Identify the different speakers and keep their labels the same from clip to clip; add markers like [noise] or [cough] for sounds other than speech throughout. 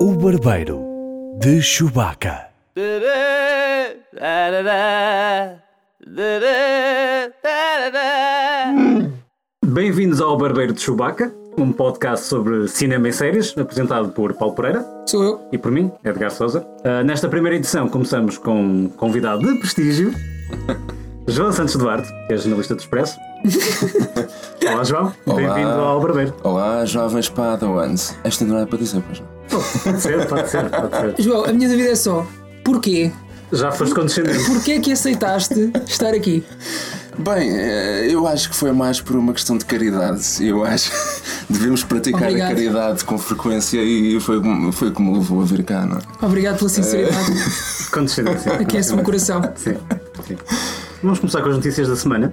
Speaker 1: O Barbeiro de Chewbacca.
Speaker 2: Bem-vindos ao Barbeiro de Chewbacca, um podcast sobre cinema e séries, apresentado por Paulo Pereira
Speaker 3: Sou eu.
Speaker 2: e por mim, Edgar Souza. Ah, nesta primeira edição começamos com um convidado de prestígio, João Santos Duarte, que é jornalista do Expresso. Olá, João.
Speaker 4: Olá.
Speaker 2: Bem-vindo ao Barbeiro.
Speaker 4: Olá, jovens padawans. Esta não é para dizer, pois não.
Speaker 2: Pode ser, pode ser, pode ser.
Speaker 3: João, a minha dúvida é só: porquê?
Speaker 2: Já foste condescendente.
Speaker 3: Porquê é que aceitaste estar aqui?
Speaker 4: Bem, eh, eu acho que foi mais por uma questão de caridade. Eu acho [laughs] que devemos praticar
Speaker 3: Obrigado.
Speaker 4: a caridade com frequência e foi, como- foi como levou a vir cá, não é?
Speaker 3: Obrigado pela
Speaker 4: [laughs]
Speaker 3: sinceridade.
Speaker 2: Condescendência.
Speaker 3: Aquece-me o coração.
Speaker 2: Sim, sim. Vamos começar com as notícias da semana.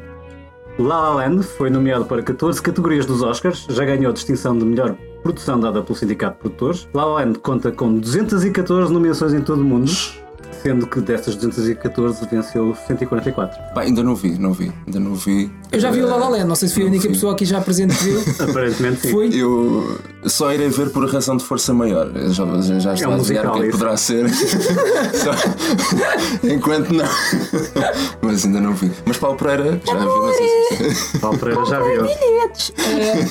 Speaker 2: La La Land foi nomeado para 14 categorias dos Oscars, já ganhou a distinção de melhor produção dada pelo Sindicato de Produtores. La La Land conta com 214 nomeações em todo o mundo, sendo que dessas 214 venceu 144.
Speaker 4: Pá, ainda não vi, não vi, ainda não vi.
Speaker 3: Eu já vi o La La
Speaker 4: Eh,
Speaker 3: Land, não sei se fui a única
Speaker 4: Sim.
Speaker 3: pessoa aqui já presente que viu.
Speaker 2: Aparentemente sim.
Speaker 3: Foi.
Speaker 4: Eh, Eu só irei ver por razão de força maior. Eu Já, já, já estou a adivinhar
Speaker 2: um musical,
Speaker 4: o que é que
Speaker 2: isso.
Speaker 4: poderá ser.
Speaker 2: [laughs]
Speaker 4: Só- [laughs] Enquanto não. Mas ainda não vi. Mas Paulo Pereira já viu, não sei [laughs] se.
Speaker 2: Paulo Pereira já viu.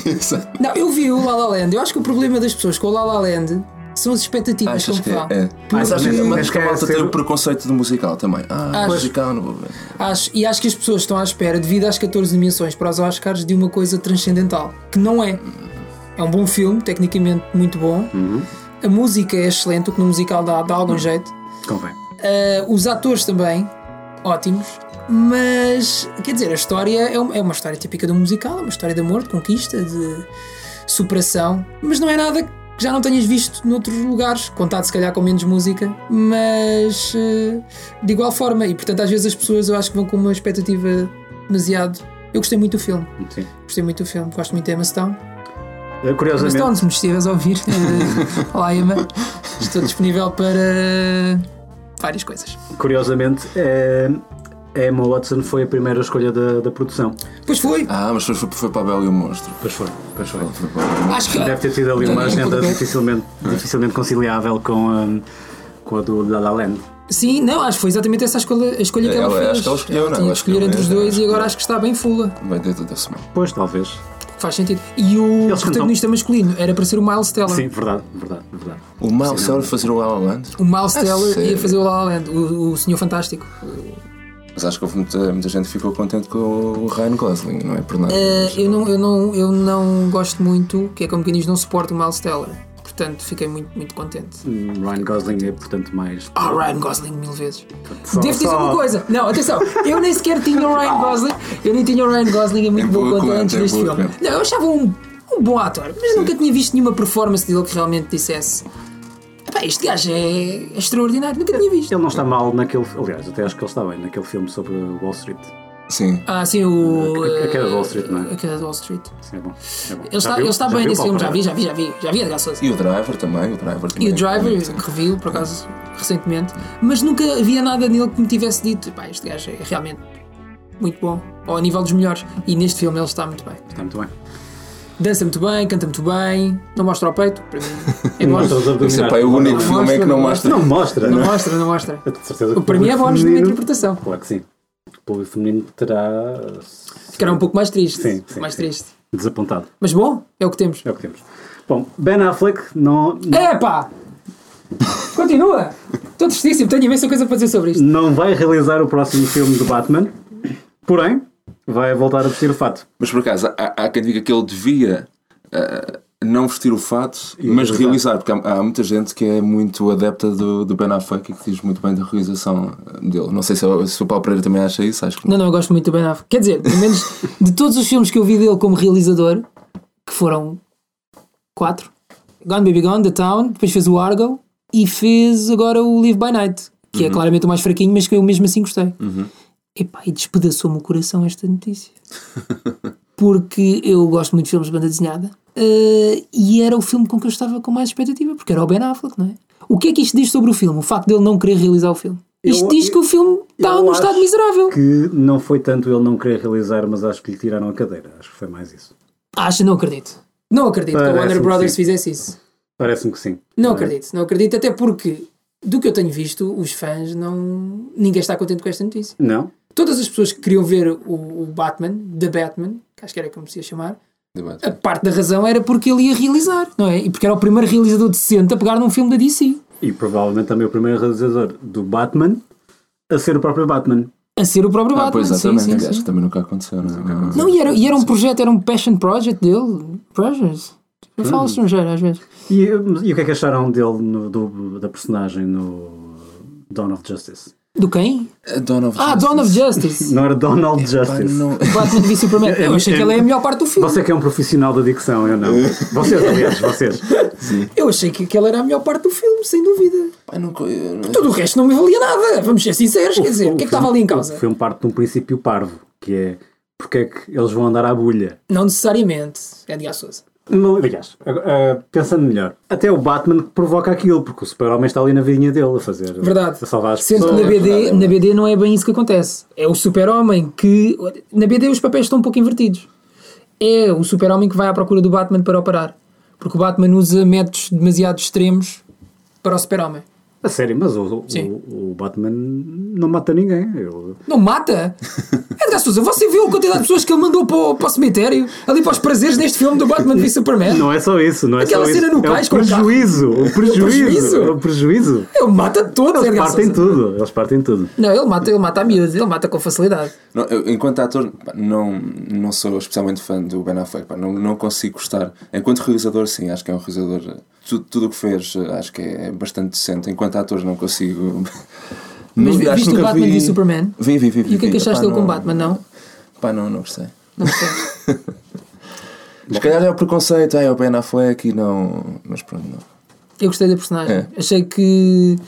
Speaker 4: Exato.
Speaker 3: Não, eu vi o La La Land. Eu acho que o problema das pessoas com o La La Land são as expectativas
Speaker 4: Achas
Speaker 3: com
Speaker 4: que
Speaker 3: que
Speaker 4: é?
Speaker 3: vá.
Speaker 4: é. Mas
Speaker 2: acho
Speaker 4: achas
Speaker 2: que-
Speaker 4: que, mas
Speaker 2: acho
Speaker 4: que a
Speaker 2: que
Speaker 4: malta
Speaker 2: é
Speaker 4: tem
Speaker 2: ser-
Speaker 4: o preconceito do musical também. Ah,
Speaker 3: Acho.
Speaker 4: musical não vou ver.
Speaker 3: Acho, e acho que as pessoas estão à espera, devido às 14 nomeações para os Oscars, de uma coisa transcendental, que não é. É um bom filme, tecnicamente muito bom.
Speaker 4: Uhum.
Speaker 3: A música é excelente, o que no musical dá, dá algum jeito.
Speaker 2: Convém.
Speaker 3: Uh, os atores também, ótimos. Mas, quer dizer, a história é um- é uma, história típica de um musical, é uma história de amor, de conquista, de superação. Mas não é nada que já não tenhas visto noutros lugares, contado se calhar com menos música, mas uh, de igual forma. E portanto, às vezes as pessoas eu acho que vão com uma expectativa demasiado. Eu gostei muito do filme,
Speaker 2: Sim.
Speaker 3: gostei muito do filme, gosto muito da Emma Stone.
Speaker 2: Eh,
Speaker 3: Emma
Speaker 2: Curiosamente,
Speaker 3: Stone, se me estiveres a ouvir, eh, olá Emma, estou disponível para várias coisas.
Speaker 2: curiosamente eh, a Emma Watson foi a primeira escolha da, da produção.
Speaker 3: Pois foi.
Speaker 4: Ah, mas foi, foi, foi para a Bela e o Monstro.
Speaker 2: Pois foi, pois foi.
Speaker 4: Foi para a Bela e o Monstro.
Speaker 3: Acho que
Speaker 2: Deve ter tido ali uma agenda dificilmente, dificilmente conciliável com a, com a do La La Land.
Speaker 3: Sim, não, acho que foi exatamente essa a escolha, a escolha que ela,
Speaker 4: Ela- é,
Speaker 3: fez.
Speaker 4: acho que ela escolheu, é? não,
Speaker 3: tinha
Speaker 4: acho que
Speaker 3: escolher
Speaker 4: ela-
Speaker 3: entre os
Speaker 4: ela
Speaker 3: dois e agora
Speaker 4: escolheu.
Speaker 3: acho que está bem fula.
Speaker 4: Vai dentro da semana.
Speaker 2: Pois, talvez.
Speaker 3: Faz sentido. E o
Speaker 2: Eles
Speaker 3: protagonista masculino era para ser o Miles Teller.
Speaker 2: Sim, verdade, verdade, verdade.
Speaker 4: O mal só fazer o La La Land.
Speaker 3: O Miles
Speaker 4: Ah,
Speaker 3: Teller ia
Speaker 4: sério?
Speaker 3: fazer o La La Land, o, o Senhor Fantástico.
Speaker 4: Mas acho que houve muita, muita gente que ficou contente com o Ryan Gosling, não é? Por nada.
Speaker 3: Eh, eu, não, eu, não, eu não gosto muito, que é como quem diz, não suporto o Miles Teller. Portanto, fiquei muito, muito contente.
Speaker 2: Hum, Ryan Gosling é, portanto, mais.
Speaker 3: Ah, Ryan Gosling mil vezes.
Speaker 2: Só-
Speaker 3: Devo dizer
Speaker 2: só-
Speaker 3: uma coisa. Não, atenção. Eu nem sequer tinha o Ryan Gosling. Eu nem tinha o Ryan Gosling a muito
Speaker 4: É
Speaker 3: boa
Speaker 4: boa
Speaker 3: conta
Speaker 4: conta,
Speaker 3: antes
Speaker 4: é
Speaker 3: deste
Speaker 4: boa
Speaker 3: filme.
Speaker 4: conta.
Speaker 3: Não, eu achava um, um bom ator, mas nunca tinha visto nenhuma performance dele que realmente dissesse. Pá, este gajo é extraordinário, nunca tinha visto.
Speaker 2: Ele não está mal naquele. Aliás, até acho que ele está bem naquele filme sobre Wall Street.
Speaker 4: Sim.
Speaker 3: Ah, sim, o.
Speaker 2: A- a- a queda de Wall
Speaker 3: eh,
Speaker 2: Street, não é?
Speaker 3: A queda de Wall Street.
Speaker 2: Sim, é bom. é bom.
Speaker 3: Ele
Speaker 2: Já
Speaker 3: está,
Speaker 2: viu?
Speaker 3: ele está
Speaker 2: Já
Speaker 3: bem
Speaker 2: viu,
Speaker 3: nesse filme, já
Speaker 2: Paulo
Speaker 3: vi, já vi, já vi, já vi, assim. Edgar Souza.
Speaker 4: E o Driver também. O Driver também. é
Speaker 3: E o Driver, é
Speaker 4: Sim.
Speaker 3: que revi por acaso, recentemente, mas nunca havia nada nele que me tivesse dito, pá, este gajo é realmente muito bom, ou a nível dos melhores, e neste filme ele está muito bem.
Speaker 2: Está muito bem.
Speaker 3: Dança muito bem, canta muito bem, não mostra o peito, para mim é bom.
Speaker 2: Mostra os
Speaker 4: Esse é, pá, é o
Speaker 2: abdominais.
Speaker 4: único filme em que não mostra.
Speaker 2: Não mostra,
Speaker 3: Não
Speaker 2: não.
Speaker 3: mostra, não mostra.
Speaker 2: Eu tenho certeza que
Speaker 3: O que para mim é
Speaker 2: público
Speaker 3: bónus na
Speaker 2: feminino-
Speaker 3: interpretação.
Speaker 2: Claro que sim. O público feminino terá. uh,
Speaker 3: Ficará um pouco mais triste.
Speaker 2: Sim, sim,
Speaker 3: mais
Speaker 2: sim.
Speaker 3: triste.
Speaker 2: Desapontado.
Speaker 3: Mas bom, é o que temos.
Speaker 2: É o que temos. Bom, Ben Affleck não,
Speaker 3: É pá! Continua! Estou tristíssimo, tenho imensa coisa para dizer sobre isto.
Speaker 2: não vai realizar o próximo filme do Batman, porém vai voltar a vestir o fato.
Speaker 4: Mas por acaso, há, há quem diga que ele devia ah, não vestir o fato, mas
Speaker 2: realizar.
Speaker 4: realizar, porque há, há muita gente que é muito adepta do, do Ben Affleck e que diz muito bem da realização ah, dele. Não sei se, o- se o Paulo Pereira também acha isso, acho que
Speaker 3: Não, não, eu gosto muito do Ben Affleck. Quer dizer, pelo menos de todos os filmes que eu vi dele como realizador, que foram quatro: Gone Baby Gone, The Town, depois fez o Argo e fez agora o Live by Night, que
Speaker 2: Uhum.
Speaker 3: é claramente o mais fraquinho, mas que eu mesmo assim gostei. Epá, e despedaçou-me o coração
Speaker 2: [laughs]
Speaker 3: esta notícia. Porque eu gosto muito de filmes de banda desenhada eh, e era o filme com que eu estava com mais expectativa, porque era o Ben Affleck, não é? O que é que isto diz sobre o filme? O facto dele não querer realizar o filme. Isto
Speaker 2: Eu-
Speaker 3: diz que o filme está
Speaker 2: eu
Speaker 3: num estado
Speaker 2: acho
Speaker 3: miserável.
Speaker 2: Que não foi tanto ele não querer realizar, mas acho que lhe tiraram a cadeira. Acho que foi mais isso.
Speaker 3: Acho, não acredito. Não acredito que o
Speaker 2: Parece-me
Speaker 3: Warner Brothers
Speaker 2: sim.
Speaker 3: fizesse isso.
Speaker 2: Parece-me que sim.
Speaker 3: Não
Speaker 2: É.
Speaker 3: acredito, não acredito, até porque, do que eu tenho visto, os fãs não. ninguém está contente com esta notícia.
Speaker 2: Não?
Speaker 3: Todas as pessoas que queriam ver o, o Batman, The Batman, que acho que era como se ia chamar, a parte da razão era porque ele ia realizar, não é? E porque era o primeiro realizador decente a pegar num filme da DC,
Speaker 2: E provavelmente também o primeiro realizador do Batman a ser o próprio Batman.
Speaker 3: a ser o próprio
Speaker 4: Ah,
Speaker 3: Batman.
Speaker 4: pois
Speaker 3: sim,
Speaker 4: exatamente.
Speaker 3: sim,
Speaker 4: Aliás,
Speaker 3: sim.
Speaker 4: também nunca aconteceu, não é?
Speaker 3: Não, e era, e era um projeto, era um passion project dele, Pressures. Eu
Speaker 4: Hum.
Speaker 3: falo estrangeiro às vezes.
Speaker 2: E, e o que é que acharam dele, no- do- da personagem no Dawn of Justice?
Speaker 3: Do quem?
Speaker 4: A Dawn of
Speaker 3: Ah,
Speaker 4: Justice.
Speaker 3: Dawn of
Speaker 4: [laughs]
Speaker 3: Justice.
Speaker 2: Não era Donald
Speaker 4: Pá,
Speaker 2: Justice.
Speaker 4: não-
Speaker 3: Batman v Superman. Eu achei que ele é a melhor parte do filme.
Speaker 2: Você que é um profissional da dicção, eu não. Vocês, aliás, vocês.
Speaker 3: Eu achei que aquela era a melhor parte do filme, sem dúvida.
Speaker 4: Pá, não co- eu não-
Speaker 3: Todo o resto não me valia nada, vamos ser sinceros, quer dizer, o que é
Speaker 2: [laughs]
Speaker 3: que estava ali em causa?
Speaker 2: Foi um parte de um princípio parvo, que é porque é que eles vão andar à bolha.
Speaker 3: Não necessariamente, é de Souza.
Speaker 2: Não, aliás, ah, ah, pensando melhor, até o Batman que provoca aquilo, porque o super-homem está ali na vidinha dele a fazer.
Speaker 3: Verdade.
Speaker 2: A salvar as
Speaker 3: Sendo
Speaker 2: pessoas.
Speaker 3: que na BD,
Speaker 4: verdade, é
Speaker 3: na BD não é bem isso que acontece. É o super-homem que. Na BD os papéis estão um pouco invertidos. É o super-homem que vai à procura do Batman para operar. Porque o Batman usa métodos demasiado extremos para o super-homem.
Speaker 2: A sério, mas o, o-
Speaker 3: Sim.
Speaker 2: o Batman não mata ninguém. Eu-
Speaker 3: Não mata?
Speaker 2: [laughs]
Speaker 3: Edgar Souza, você viu a quantidade de pessoas que ele mandou para o, para o cemitério? Ali para os prazeres neste filme do Batman v Superman?
Speaker 2: Não é só isso, não é
Speaker 3: Aquela
Speaker 2: só
Speaker 3: cena
Speaker 2: isso.
Speaker 3: no
Speaker 2: é
Speaker 3: cais
Speaker 2: o
Speaker 3: com o carro.
Speaker 2: prejuízo, o
Speaker 3: prejuízo.
Speaker 2: prejuízo, é o prejuízo.
Speaker 3: Ele mata todos,
Speaker 2: Eles
Speaker 3: Edgar
Speaker 2: partem
Speaker 3: Souza.
Speaker 2: tudo, eles partem tudo.
Speaker 3: Não, ele mata, ele mata a miúda, ele mata com facilidade.
Speaker 4: Não, eu, enquanto ator, pá, não, não sou especialmente fã do Ben Affleck, pá, não, não consigo gostar. Enquanto realizador, sim, acho que é um realizador. eh, tu- tudo o que fez, eh, acho que é bastante decente. Enquanto ator, não consigo. [laughs]
Speaker 3: Mas
Speaker 4: Não-
Speaker 3: vi-
Speaker 4: acho que
Speaker 3: viste o
Speaker 4: nunca
Speaker 3: Batman e o Superman?
Speaker 4: Vi, vi, vi.
Speaker 3: E o que é que
Speaker 4: vi.
Speaker 3: achaste
Speaker 4: Pá,
Speaker 3: dele com
Speaker 4: não-
Speaker 3: Batman, não?
Speaker 4: Pá, não, não gostei.
Speaker 3: Não sei.
Speaker 4: Mas calhar é o preconceito, ah, é o Ben Affleck e não. Mas pronto, não.
Speaker 3: Eu gostei da personagem.
Speaker 4: É.
Speaker 3: Achei que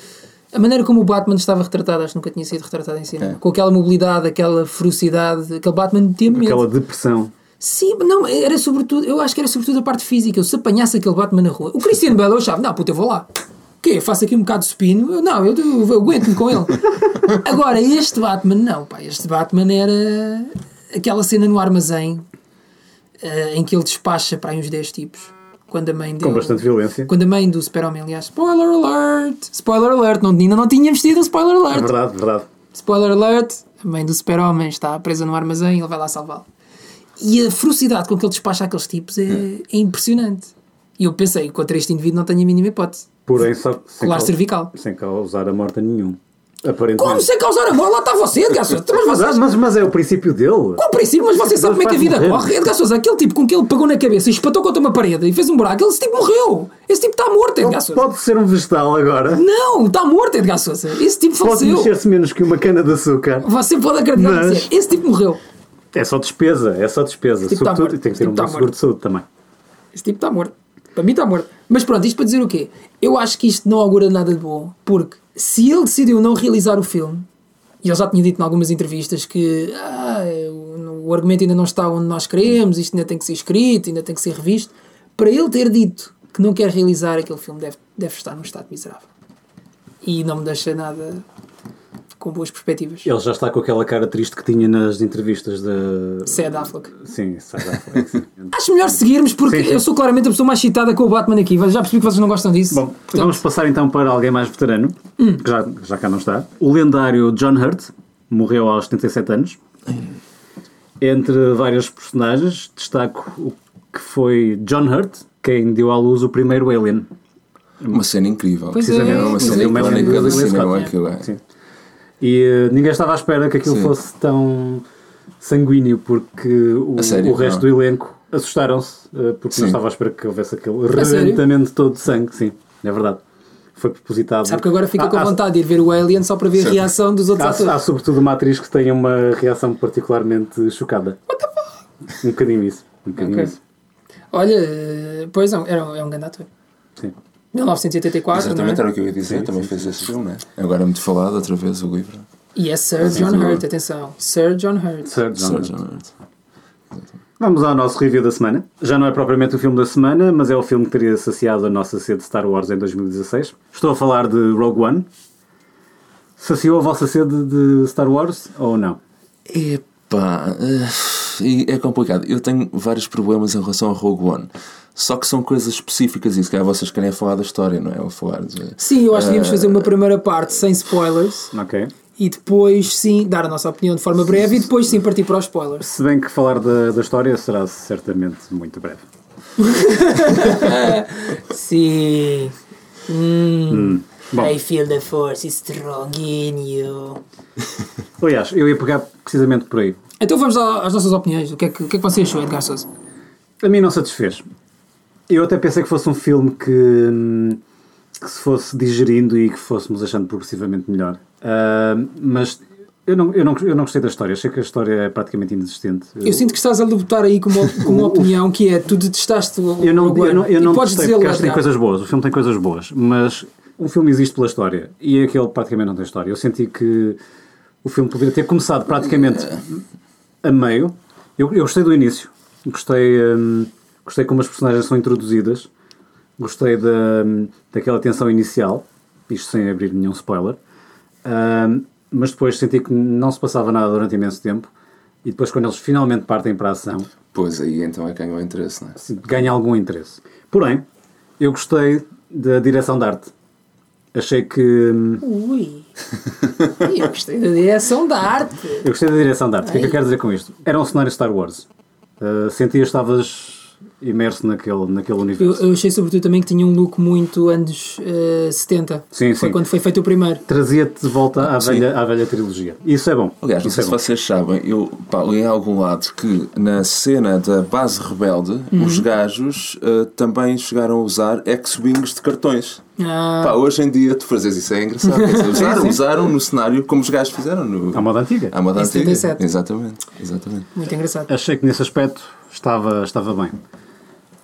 Speaker 3: a maneira como o Batman estava retratado, acho que nunca tinha sido retratado em cinema.
Speaker 4: É.
Speaker 3: Com aquela mobilidade, aquela ferocidade, aquele Batman tinha medo.
Speaker 2: Aquela depressão.
Speaker 3: Sim, não, era sobretudo, eu acho que era sobretudo a parte física. Eu se apanhasse aquele Batman na rua, o Cristiano Bell eu achava, não, puta, eu vou lá. O quê? Eu faço aqui um bocado de spino? Eu, não, eu, eu aguento-me
Speaker 2: [laughs]
Speaker 3: com ele. Agora, este Batman, não, pá, este Batman era aquela cena no armazém eh, em que ele despacha para aí uns 10 tipos. Quando a mãe dele.
Speaker 2: Com bastante violência. É
Speaker 3: Quando a mãe do Super-Homem, aliás, spoiler alert! Spoiler alert! Não, ainda não tínhamos tido um spoiler
Speaker 2: É
Speaker 3: alert!
Speaker 2: verdade, verdade.
Speaker 3: Spoiler alert: a mãe do super-homem está presa no armazém e ele vai lá salvá-lo. E a ferocidade com que ele despacha aqueles tipos é, é impressionante. E eu pensei, contra este indivíduo não tenho a mínima hipótese.
Speaker 2: Porém, só sem,
Speaker 3: Colar
Speaker 2: cau-
Speaker 3: cervical.
Speaker 2: sem causar a morte a nenhum. Aparentemente.
Speaker 3: Como sem causar amor? Lá está você, Edgar Sousa. Mas vocês,
Speaker 2: Mas, mas, mas é o princípio dele.
Speaker 3: qual o princípio? Mas você sabe como é que a vida
Speaker 2: Vai morrer.
Speaker 3: corre? Edgar Sousa, aquele tipo com que ele pegou na cabeça e espatou contra uma parede e fez um buraco, esse tipo morreu. Esse tipo está morto, Edgar Sousa.
Speaker 2: Pode ser um vegetal agora.
Speaker 3: Não, está morto, Edgar Sousa. Esse tipo
Speaker 2: Pode
Speaker 3: faleceu.
Speaker 2: mexer-se menos que uma cana de açúcar.
Speaker 3: Você pode acreditar
Speaker 2: Mas-
Speaker 3: e dizer, esse tipo morreu.
Speaker 2: É só despesa, é só despesa.
Speaker 3: Tipo, tá
Speaker 2: Sobretudo,
Speaker 3: morto.
Speaker 2: tem que ter
Speaker 3: Tipo,
Speaker 2: um
Speaker 3: tá
Speaker 2: bom seguro
Speaker 3: morto.
Speaker 2: de saúde também.
Speaker 3: Este tipo está morto. Para mim está morto. Mas pronto, isto para dizer o quê? Eu acho que isto não augura nada de bom. Porque se ele decidiu não realizar o filme, e ele já tinha dito em algumas entrevistas que "Ah, o, o argumento ainda não está onde nós queremos, isto ainda tem que ser escrito, ainda tem que ser revisto, para ele ter dito que não quer realizar aquele filme deve, deve estar num estado miserável. E não me deixa nada com boas perspectivas.
Speaker 2: Ele já está com aquela cara triste que tinha nas entrevistas da.
Speaker 3: Se é da Affleck.
Speaker 2: Sim, sai da Affleck, sim.
Speaker 3: Acho melhor seguirmos porque
Speaker 2: Sim, sim.
Speaker 3: eu sou claramente a pessoa mais excitada com o Batman aqui. Já percebi que vocês não gostam disso.
Speaker 2: Bom,
Speaker 3: Portanto,
Speaker 2: vamos passar então para alguém mais veterano,
Speaker 3: Hum.
Speaker 2: que já, já cá não está. O lendário John Hurt morreu aos 77 anos.
Speaker 3: É.
Speaker 2: Entre vários personagens, destaco o que foi John Hurt, quem deu à luz o primeiro Alien.
Speaker 4: Uma cena incrível.
Speaker 3: Pois é, pois
Speaker 4: Precisamente, uma
Speaker 3: é,
Speaker 4: cena
Speaker 2: pois é,
Speaker 4: icónica do
Speaker 2: pois é.
Speaker 4: cinema, aquilo é.
Speaker 2: Sim. E eh, ninguém estava à espera que aquilo
Speaker 4: Sim.
Speaker 2: fosse tão sanguíneo, porque o,
Speaker 4: A sério?
Speaker 2: o resto do elenco assustaram-se, eh, porque
Speaker 4: Sim.
Speaker 2: não estava à espera que houvesse aquele
Speaker 3: sério?
Speaker 2: rebentamento todo de sangue. Sim, é verdade. Foi propositado.
Speaker 3: Sabe que agora fica
Speaker 2: Há-
Speaker 3: com
Speaker 2: há-
Speaker 3: vontade de ir ver o Alien só para ver a
Speaker 4: Certo.
Speaker 3: reação dos outros
Speaker 2: Há, há
Speaker 3: atores.
Speaker 2: sobretudo uma atriz que tem uma reação particularmente chocada. Um bocadinho isso. Um bocadinho
Speaker 3: Ok.
Speaker 2: isso.
Speaker 3: Olha, eh, pois não, era um, é um grande ator.
Speaker 2: ah. Sim.
Speaker 3: 1984, não é?
Speaker 4: Exatamente era o que eu ia dizer, também fez esse filme, não é? Agora é muito falado outra vez o livro.
Speaker 3: E é Sir John Hurt, atenção. Sir John Hurt.
Speaker 2: Sir John Hurt.
Speaker 4: Surgeon Earth.
Speaker 2: Vamos ao nosso review da semana. Já não é propriamente o filme da semana, mas é o filme que teria saciado a nossa sede de Star Wars em 2016. Estou a falar de Rogue One. Saciou a vossa sede de Star Wars ou não?
Speaker 4: Epá, eh, e é complicado. Eu tenho vários problemas em relação ao Rogue One. Só que são coisas específicas e se calhar vocês querem é falar da história, não é? Ou falar de...
Speaker 3: Sim, eu acho que
Speaker 2: Eh,
Speaker 3: devíamos fazer uma primeira parte sem spoilers
Speaker 2: Ok.
Speaker 3: e depois sim dar a nossa opinião de forma breve e depois sim partir para os spoilers.
Speaker 2: Se bem que falar da, da história será certamente muito
Speaker 3: [laughs]
Speaker 2: breve.
Speaker 3: Sim.
Speaker 2: Hum, Bom,
Speaker 3: Mm. I feel the force is strong in you.
Speaker 2: aliás, eu ia pegar precisamente por aí.
Speaker 3: Então vamos lá às nossas opiniões. O que é que, o que, é que você achou, Edgar Sousa?
Speaker 2: A mim não satisfez. Eu até pensei que fosse um filme que, hum, que se fosse digerindo e que fôssemos achando progressivamente melhor. Ah, mas eu não, eu, não, eu não gostei da história. Achei que a história é praticamente inexistente.
Speaker 3: Eu sinto que estás a debutar aí com uma,
Speaker 2: [laughs]
Speaker 3: com uma opinião que é tu detestaste o
Speaker 2: Eu não,
Speaker 3: o
Speaker 2: eu não, eu
Speaker 3: Guano.
Speaker 2: não
Speaker 3: E podes
Speaker 2: detestei,
Speaker 3: dizê-lo,
Speaker 2: porque acho que tem
Speaker 3: Edgar.
Speaker 2: coisas boas. O filme tem coisas boas, mas um filme existe pela história e é aquele praticamente não tem história. Eu senti que o filme poderia ter começado praticamente a meio. Eu, eu gostei do início, gostei, hum, gostei como as personagens são introduzidas, gostei da, hum, daquela tensão inicial, isto sem abrir nenhum spoiler, Hum, mas depois senti que não se passava nada durante imenso tempo. E depois, quando eles finalmente partem para a ação,
Speaker 4: Pois, aí então é que ganha o interesse, não é?
Speaker 2: se ganha algum interesse. Porém, eu gostei da direção de arte. Achei que. hum,
Speaker 3: Ui. Ih, Eu gostei da direção um da arte.
Speaker 2: Eu gostei da direção de arte. O que é que eu quero dizer com isto? Era um cenário Star Wars. Uh, sentias que estavas imerso naquele, naquele
Speaker 3: Eu,
Speaker 2: universo.
Speaker 3: eu achei sobretudo também que tinha um look muito anos eh, 70.
Speaker 2: Sim,
Speaker 3: foi
Speaker 2: sim.
Speaker 3: quando foi feito o primeiro.
Speaker 2: Trazia-te de volta à
Speaker 4: Sim.
Speaker 2: velha, à velha trilogia. Isso é bom.
Speaker 4: Aliás, não
Speaker 2: Isso
Speaker 4: sei
Speaker 2: é
Speaker 4: se
Speaker 2: bom.
Speaker 4: vocês sabem, eu pá, li em algum lado que na cena da base rebelde, os gajos eh, também chegaram a usar X-Wings de cartões.
Speaker 3: Ah,
Speaker 4: Pá, hoje em dia tu fazes isso, é engraçado. quer dizer, usaram, usaram no cenário como os gajos fizeram no.
Speaker 2: À moda É antiga.
Speaker 4: À moda
Speaker 3: Em
Speaker 4: antiga.
Speaker 3: 77.
Speaker 4: Exatamente, exatamente.
Speaker 3: muito engraçado.
Speaker 2: Achei que nesse aspecto estava, estava bem.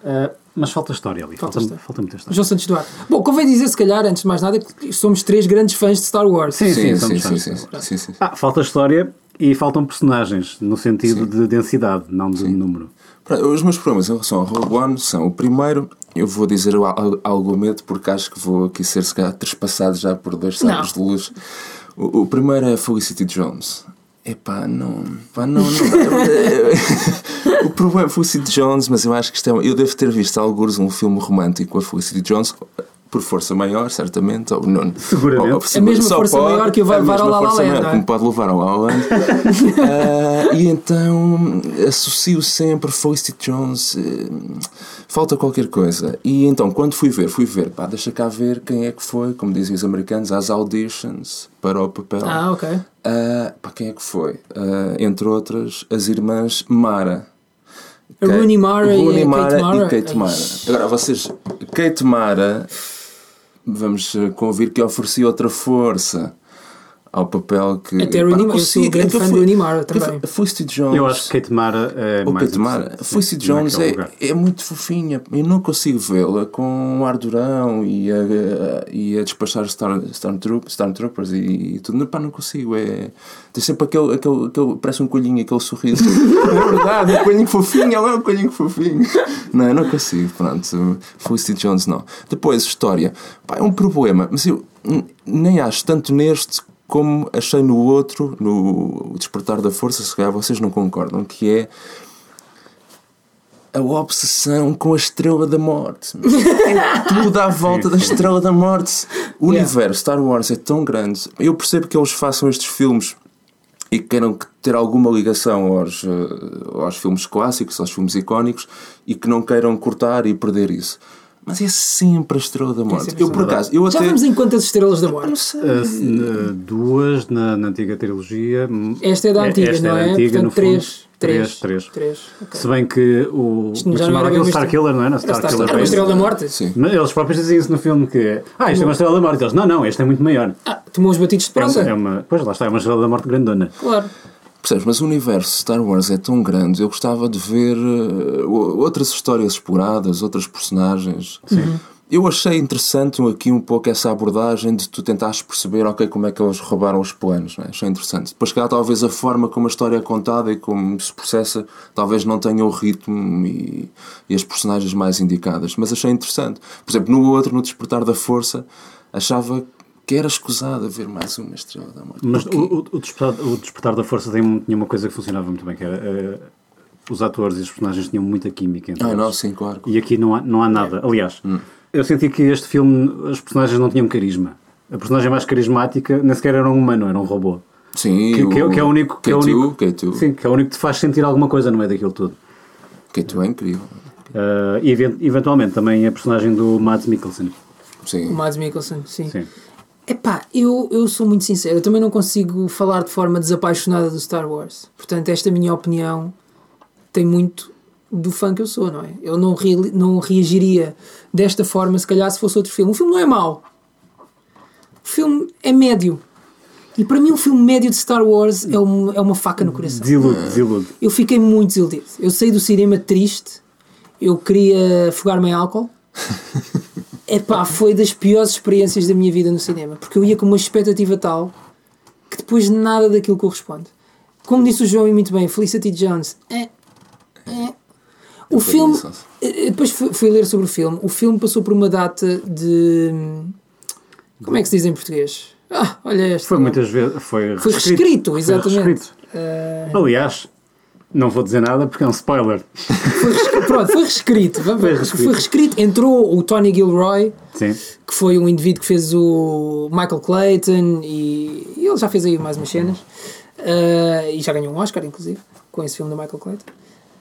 Speaker 2: Uh, mas falta história ali. Falta, falta, muita história.
Speaker 3: João Santos Duarte. Bom, convém dizer, se calhar, antes de mais nada, que somos três grandes fãs de Star Wars.
Speaker 2: Sim, sim,
Speaker 4: Sim,
Speaker 2: somos
Speaker 4: sim,
Speaker 2: fãs.
Speaker 4: sim, sim, sim, sim.
Speaker 2: Ah, falta história e faltam personagens, no sentido de densidade, não de número.
Speaker 4: Pronto, Os meus problemas em relação ao Rogue One são o primeiro, eu vou dizer o al- algo medo porque acho que vou aqui ser se calhar trespassado já por dois sabres de luz. O, o primeiro é a Felicity Jones. Epá, não. Pá,
Speaker 3: [laughs]
Speaker 4: não, não. [laughs] o problema é Felicity Jones, mas eu acho que isto é. um- Eu devo ter visto alguns um filme romântico com a Felicity Jones. Por força maior, certamente, ou não.
Speaker 2: Seguramente.
Speaker 4: ou- ou-
Speaker 3: É A mesma
Speaker 4: só
Speaker 3: força maior que o vai
Speaker 4: a
Speaker 3: levar ao La
Speaker 4: mesma
Speaker 3: La
Speaker 4: força
Speaker 3: Land,
Speaker 4: maior
Speaker 3: não é?
Speaker 4: que me pode levar ao La
Speaker 3: [laughs]
Speaker 4: La Land. Ah, e então associo sempre Felicity Jones. eh, falta qualquer coisa. E então, quando fui ver, fui ver, pá, deixa cá ver quem é que foi, como dizem os americanos, às auditions para o papel.
Speaker 3: Ah, ok.
Speaker 4: Ah, pá, quem é que foi? Ah, entre outras, as irmãs Mara.
Speaker 3: A
Speaker 4: Ok?
Speaker 3: Rooney Mara e a Kate Mara.
Speaker 4: e Kate Mara.
Speaker 3: Ai.
Speaker 4: Agora, vocês, Kate Mara, vamos eh, convir que oferecia outra força ao papel que.
Speaker 3: Até a Rooney Mara, eu sou um
Speaker 4: consigo,
Speaker 3: grande
Speaker 4: então
Speaker 3: fã de
Speaker 4: foi-
Speaker 3: Rooney Mara
Speaker 4: que foi-
Speaker 3: também.
Speaker 4: Felicity Jones.
Speaker 2: Eu acho que Kate Mara é
Speaker 4: O
Speaker 2: mais.
Speaker 4: Kate Mara,
Speaker 2: interessante,
Speaker 4: Felicity
Speaker 2: sim,
Speaker 4: Jones
Speaker 2: naquele
Speaker 4: é,
Speaker 2: lugar.
Speaker 4: é muito fofinha. Eu não consigo vê-la com um ar durão e a, e a despachar Star, Stormtroop- Stormtroopers e, e tudo. Pá, não consigo. É, tem sempre aquele, aquele, aquele. Parece um colhinho, aquele
Speaker 2: [laughs]
Speaker 4: sorriso. é verdade, é um colhinho fofinho. Ela é um colhinho fofinho. Não, eu não consigo. Pronto, Felicity Jones não. Depois, história. Pá, é um problema. Mas eu n- nem acho tanto neste. Como achei no outro, no Despertar da Força, se calhar vocês não concordam, que é a obsessão com a Estrela da Morte. meu. É tudo à volta da Estrela da Morte. O
Speaker 3: Yeah.
Speaker 4: universo Star Wars é tão grande. Eu percebo que eles façam estes filmes e que queiram que- ter alguma ligação aos, eh, aos filmes clássicos, aos filmes icónicos e que não queiram cortar e perder isso. Mas é sempre a Estrela da Morte.
Speaker 3: É sempre
Speaker 4: eu, por acaso, eu
Speaker 3: Já
Speaker 4: até.
Speaker 3: vamos em quantas estrelas da
Speaker 4: Eu não
Speaker 3: morte?
Speaker 4: sei.
Speaker 2: Ah, se- na- duas na, na antiga trilogia. m-
Speaker 3: Esta é da antiga,
Speaker 2: esta
Speaker 3: não
Speaker 2: é?
Speaker 3: é?
Speaker 2: Da antiga,
Speaker 3: Portanto,
Speaker 2: no
Speaker 3: três.
Speaker 2: fundo.
Speaker 3: Três.
Speaker 2: Três.
Speaker 3: Três. ok.
Speaker 2: Se bem que o.
Speaker 3: já
Speaker 2: Como
Speaker 3: não
Speaker 2: se
Speaker 3: era
Speaker 2: chamava aquele
Speaker 3: bem uma
Speaker 2: Star
Speaker 3: estrela-
Speaker 2: Killer, não é? Não,
Speaker 3: Era
Speaker 2: Star
Speaker 3: Star-
Speaker 2: Killer.
Speaker 3: era uma
Speaker 2: Base.
Speaker 3: estrela Uhum. da morte?
Speaker 4: Sim.
Speaker 2: Mas Eles próprios dizem isso no filme que é, Ah, isto é uma estrela da morte. Eles, não, não, esta é muito maior.
Speaker 3: Ah, tomou os batidos de
Speaker 2: É uma,
Speaker 3: prosa.
Speaker 2: é uma- pois lá está, é uma estrela da morte grandona.
Speaker 3: Claro.
Speaker 4: Percebes? Mas o universo Star Wars é tão grande, eu gostava de ver eh, o- outras histórias exploradas, outras personagens. Eu achei interessante aqui um pouco essa abordagem de tu tentares perceber, ok, como é que eles roubaram os planos, não é? achei interessante. Depois, cá, talvez a forma como a história é contada e como se processa, talvez não tenha o ritmo e, e as personagens mais indicadas, mas achei interessante. Por exemplo, no outro, no Despertar da Força, achava que era escusado haver mais uma Estrela da Morte.
Speaker 2: Mas
Speaker 4: Porquê?
Speaker 2: o, o- o despertar, o Despertar da Força tem, um- tinha uma coisa que funcionava muito bem, que era eh, os atores e os personagens tinham muita química entre
Speaker 4: Ah,
Speaker 2: eles.
Speaker 4: não, sim, claro.
Speaker 2: E aqui não há, não há nada. Aliás, eu senti que este filme, os personagens não tinham carisma. A personagem mais carismática nem sequer era um humano, era um robô.
Speaker 4: Sim,
Speaker 2: Que, que é- que é o único.
Speaker 4: Que
Speaker 2: é o único,
Speaker 4: Que é tu.
Speaker 2: Sim, que é o único que te faz sentir alguma coisa no meio daquilo tudo.
Speaker 4: Que é tu é incrível.
Speaker 2: Ah, e even- eventualmente também a personagem do Matt Mikkelsen.
Speaker 4: Sim.
Speaker 3: O Mads Mikkelsen, sim.
Speaker 2: Sim.
Speaker 3: Epá, eu, eu sou muito sincero, eu também não consigo falar de forma desapaixonada do Star Wars. Portanto, esta minha opinião tem muito do fã que eu sou, não é? Eu não, reali- não reagiria desta forma se calhar se fosse outro filme. O filme não é mau. O filme é médio. E para mim um filme médio de Star Wars é, um, é uma faca no coração.
Speaker 2: Desilude, desilude.
Speaker 3: Eu fiquei muito desiludido. Eu saí do cinema triste. Eu queria afogar-me em álcool. Epá, foi das piores experiências da minha vida no cinema. Porque eu ia com uma expectativa tal que depois nada daquilo corresponde. Como disse o João e muito bem, Felicity Jones. É, é. O
Speaker 4: foi
Speaker 3: filme.
Speaker 4: isso.
Speaker 3: eh, eh, Depois fui fui ler sobre o filme. O filme passou por uma data de. Como é que se diz em português? Ah, olha este.
Speaker 2: Foi muitas vezes. Foi,
Speaker 3: Foi reescrito, exatamente.
Speaker 2: reescrito. Aliás, não vou dizer nada porque é um spoiler.
Speaker 3: Foi res- Pronto, foi reescrito. Foi
Speaker 2: reescrito.
Speaker 3: reescrito. Entrou o Tony Gilroy,
Speaker 2: Sim.
Speaker 3: que foi um indivíduo que fez o Michael Clayton e, e ele já fez aí mais umas cenas. Ah, e já ganhou um Oscar, inclusive, com esse filme do Michael Clayton.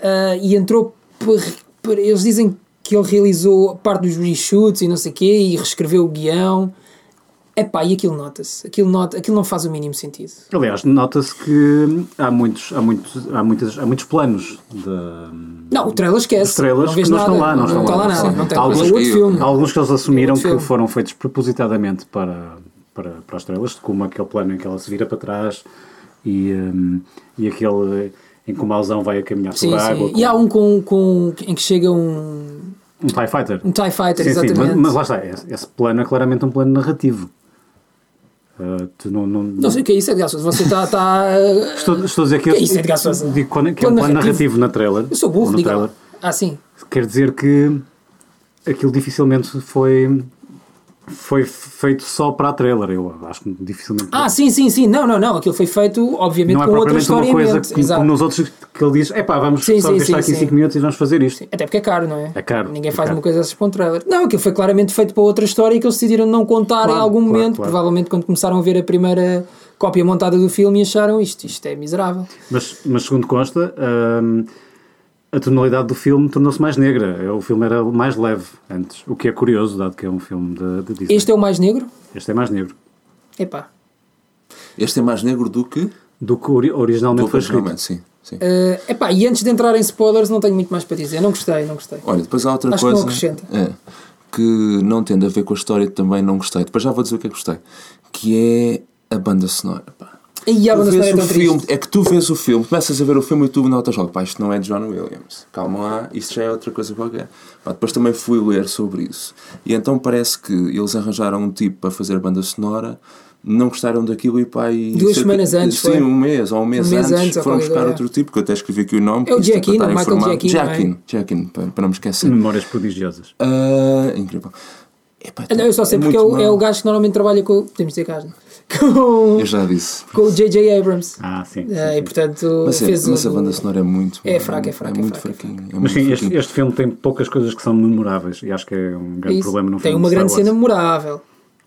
Speaker 3: Ah, e entrou. por- por- eles dizem que ele realizou parte dos reshoots e não sei o quê, e reescreveu o guião. Epá, e aquilo nota-se. Aquilo, nota, aquilo não faz o mínimo sentido.
Speaker 2: Aliás, nota-se que hum, há muitos, há muitos, há muitas, há muitos planos de, hum,
Speaker 3: Não, o trailer esquece.
Speaker 2: Os trailers
Speaker 3: não vês
Speaker 2: que não
Speaker 3: nada,
Speaker 2: estão lá, não estão
Speaker 3: está
Speaker 2: lá,
Speaker 3: lá
Speaker 2: não
Speaker 3: nada.
Speaker 2: estão
Speaker 3: Não
Speaker 2: lá.
Speaker 3: tem depois
Speaker 4: Alguns
Speaker 3: é outro
Speaker 4: que-
Speaker 3: filme.
Speaker 2: Há alguns que eles assumiram que
Speaker 3: filme.
Speaker 2: foram feitos propositadamente para, para, para as trailers, como aquele plano em que ela se vira para trás e, hum, e aquele em que o mauzão vai a caminhar
Speaker 3: Sim,
Speaker 2: sobre a água.
Speaker 3: sim. E há um com, com, em que chega um,
Speaker 2: Um TIE Fighter.
Speaker 3: um TIE Fighter,
Speaker 2: sim, sim,
Speaker 3: exatamente.
Speaker 2: mas, mas lá está, esse, esse plano é claramente um plano narrativo. Ah, tu não, não,
Speaker 3: Não sei o que é isso, Edgar Sousa. Você está. Tá...
Speaker 2: Estou, estou a dizer que,
Speaker 3: Que é isso, Edgar Sousa?
Speaker 2: digo, quando- que é um
Speaker 3: Plano
Speaker 2: plano narrativo
Speaker 3: narrativo.
Speaker 2: na trailer.
Speaker 3: Eu sou burro,
Speaker 2: no
Speaker 3: diga.
Speaker 2: trailer.
Speaker 3: lá. Ah, sim.
Speaker 2: quer dizer que aquilo dificilmente foi foi feito só para a trailer eu acho que dificilmente
Speaker 3: Ah, sim, sim, sim. Não, não, não. Aquilo foi feito, obviamente,
Speaker 2: não é
Speaker 3: com outra
Speaker 2: propriamente uma
Speaker 3: história em
Speaker 2: coisa
Speaker 3: mente.
Speaker 2: que, como
Speaker 3: Exato.
Speaker 2: nos outros que ele diz é pá vamos
Speaker 3: Sim,
Speaker 2: só
Speaker 3: sim,
Speaker 2: gastar
Speaker 3: sim,
Speaker 2: aqui
Speaker 3: sim.
Speaker 2: 5 minutos e vamos fazer isto
Speaker 3: Até porque é caro, não é?
Speaker 2: É caro,
Speaker 3: Ninguém
Speaker 2: é
Speaker 3: faz
Speaker 2: caro.
Speaker 3: uma coisa dessas para um trailer. Não, aquilo foi claramente feito para outra história que eles decidiram não contar
Speaker 2: Claro,
Speaker 3: em algum
Speaker 2: claro,
Speaker 3: momento.
Speaker 2: claro.
Speaker 3: Provavelmente quando começaram a ver a primeira cópia montada do filme e acharam isto, isto é miserável.
Speaker 2: mas, mas segundo consta hum, a tonalidade do filme tornou-se mais negra É, o filme era mais leve antes o que é curioso dado que é um filme de, de Disney este...
Speaker 3: Este é o mais negro?
Speaker 2: é mais negro
Speaker 3: Epá.
Speaker 4: Este é mais negro do que
Speaker 2: do que ori- originalmente foi escrito
Speaker 4: originalmente, sim. sim.
Speaker 3: Eh, epá, e antes de entrar em spoilers, não tenho muito mais para dizer. Não gostei, não gostei.
Speaker 4: Olha, depois há outra
Speaker 3: Acho que
Speaker 4: coisa.
Speaker 3: não acrescenta.
Speaker 4: é, que não tendo a ver com a história também não gostei. Depois já vou dizer o que é que gostei. Que é a banda sonora. Pá.
Speaker 3: E a
Speaker 4: Tu
Speaker 3: banda
Speaker 4: vês
Speaker 3: sonora é
Speaker 4: o
Speaker 3: tão
Speaker 4: filme,
Speaker 3: triste.
Speaker 4: é que tu vês o filme, começas a ver o filme e tu notas logo, pá, isto não é de John Williams, calma lá, isto já é outra coisa qualquer. Pá, depois também fui ler sobre isso. E então parece que eles arranjaram um tipo para fazer a banda sonora, não gostaram daquilo e pá, e
Speaker 3: Duas semanas antes,
Speaker 4: Sim,
Speaker 3: foi?
Speaker 4: um mês ou um mês,
Speaker 3: mês
Speaker 4: antes,
Speaker 3: antes, ou
Speaker 4: foram
Speaker 3: qualquer
Speaker 4: buscar
Speaker 3: coisa.
Speaker 4: outro tipo, que eu até escrevi aqui o nome.
Speaker 3: É o
Speaker 4: isto é para
Speaker 3: Giacchino,
Speaker 4: estar
Speaker 3: Michael
Speaker 4: informado.
Speaker 3: Giacchino, não é? Hum.
Speaker 4: Giacchino, Giacchino, para, para não me esquecer.
Speaker 2: memórias prodigiosas
Speaker 4: Ah, incrível. Epá,
Speaker 3: Não, eu só sei porque é
Speaker 4: muito
Speaker 3: o, é
Speaker 4: mau.
Speaker 3: o gajo que normalmente trabalha com. Temos de dizer gajo, [laughs] não? Com,
Speaker 4: Eu já disse.
Speaker 3: com o J.J. Abrams.
Speaker 2: ah sim, sim,
Speaker 3: Eh, e
Speaker 2: sim.
Speaker 3: portanto
Speaker 4: Mas, é,
Speaker 3: fez
Speaker 4: mas
Speaker 3: o.
Speaker 4: a banda sonora é muito.
Speaker 3: É fraca, é fraca,
Speaker 4: É
Speaker 3: é
Speaker 4: muito
Speaker 3: fraca, é fraca.
Speaker 4: fraquinha. é
Speaker 2: Mas
Speaker 4: muito
Speaker 2: sim, este,
Speaker 4: fraquinho.
Speaker 2: este filme tem poucas coisas que são memoráveis e acho que é um
Speaker 3: é
Speaker 2: grande
Speaker 3: isso.
Speaker 2: problema no filme.
Speaker 3: Tem uma
Speaker 2: de
Speaker 3: grande
Speaker 2: Star
Speaker 3: cena
Speaker 2: Wars.
Speaker 3: memorável.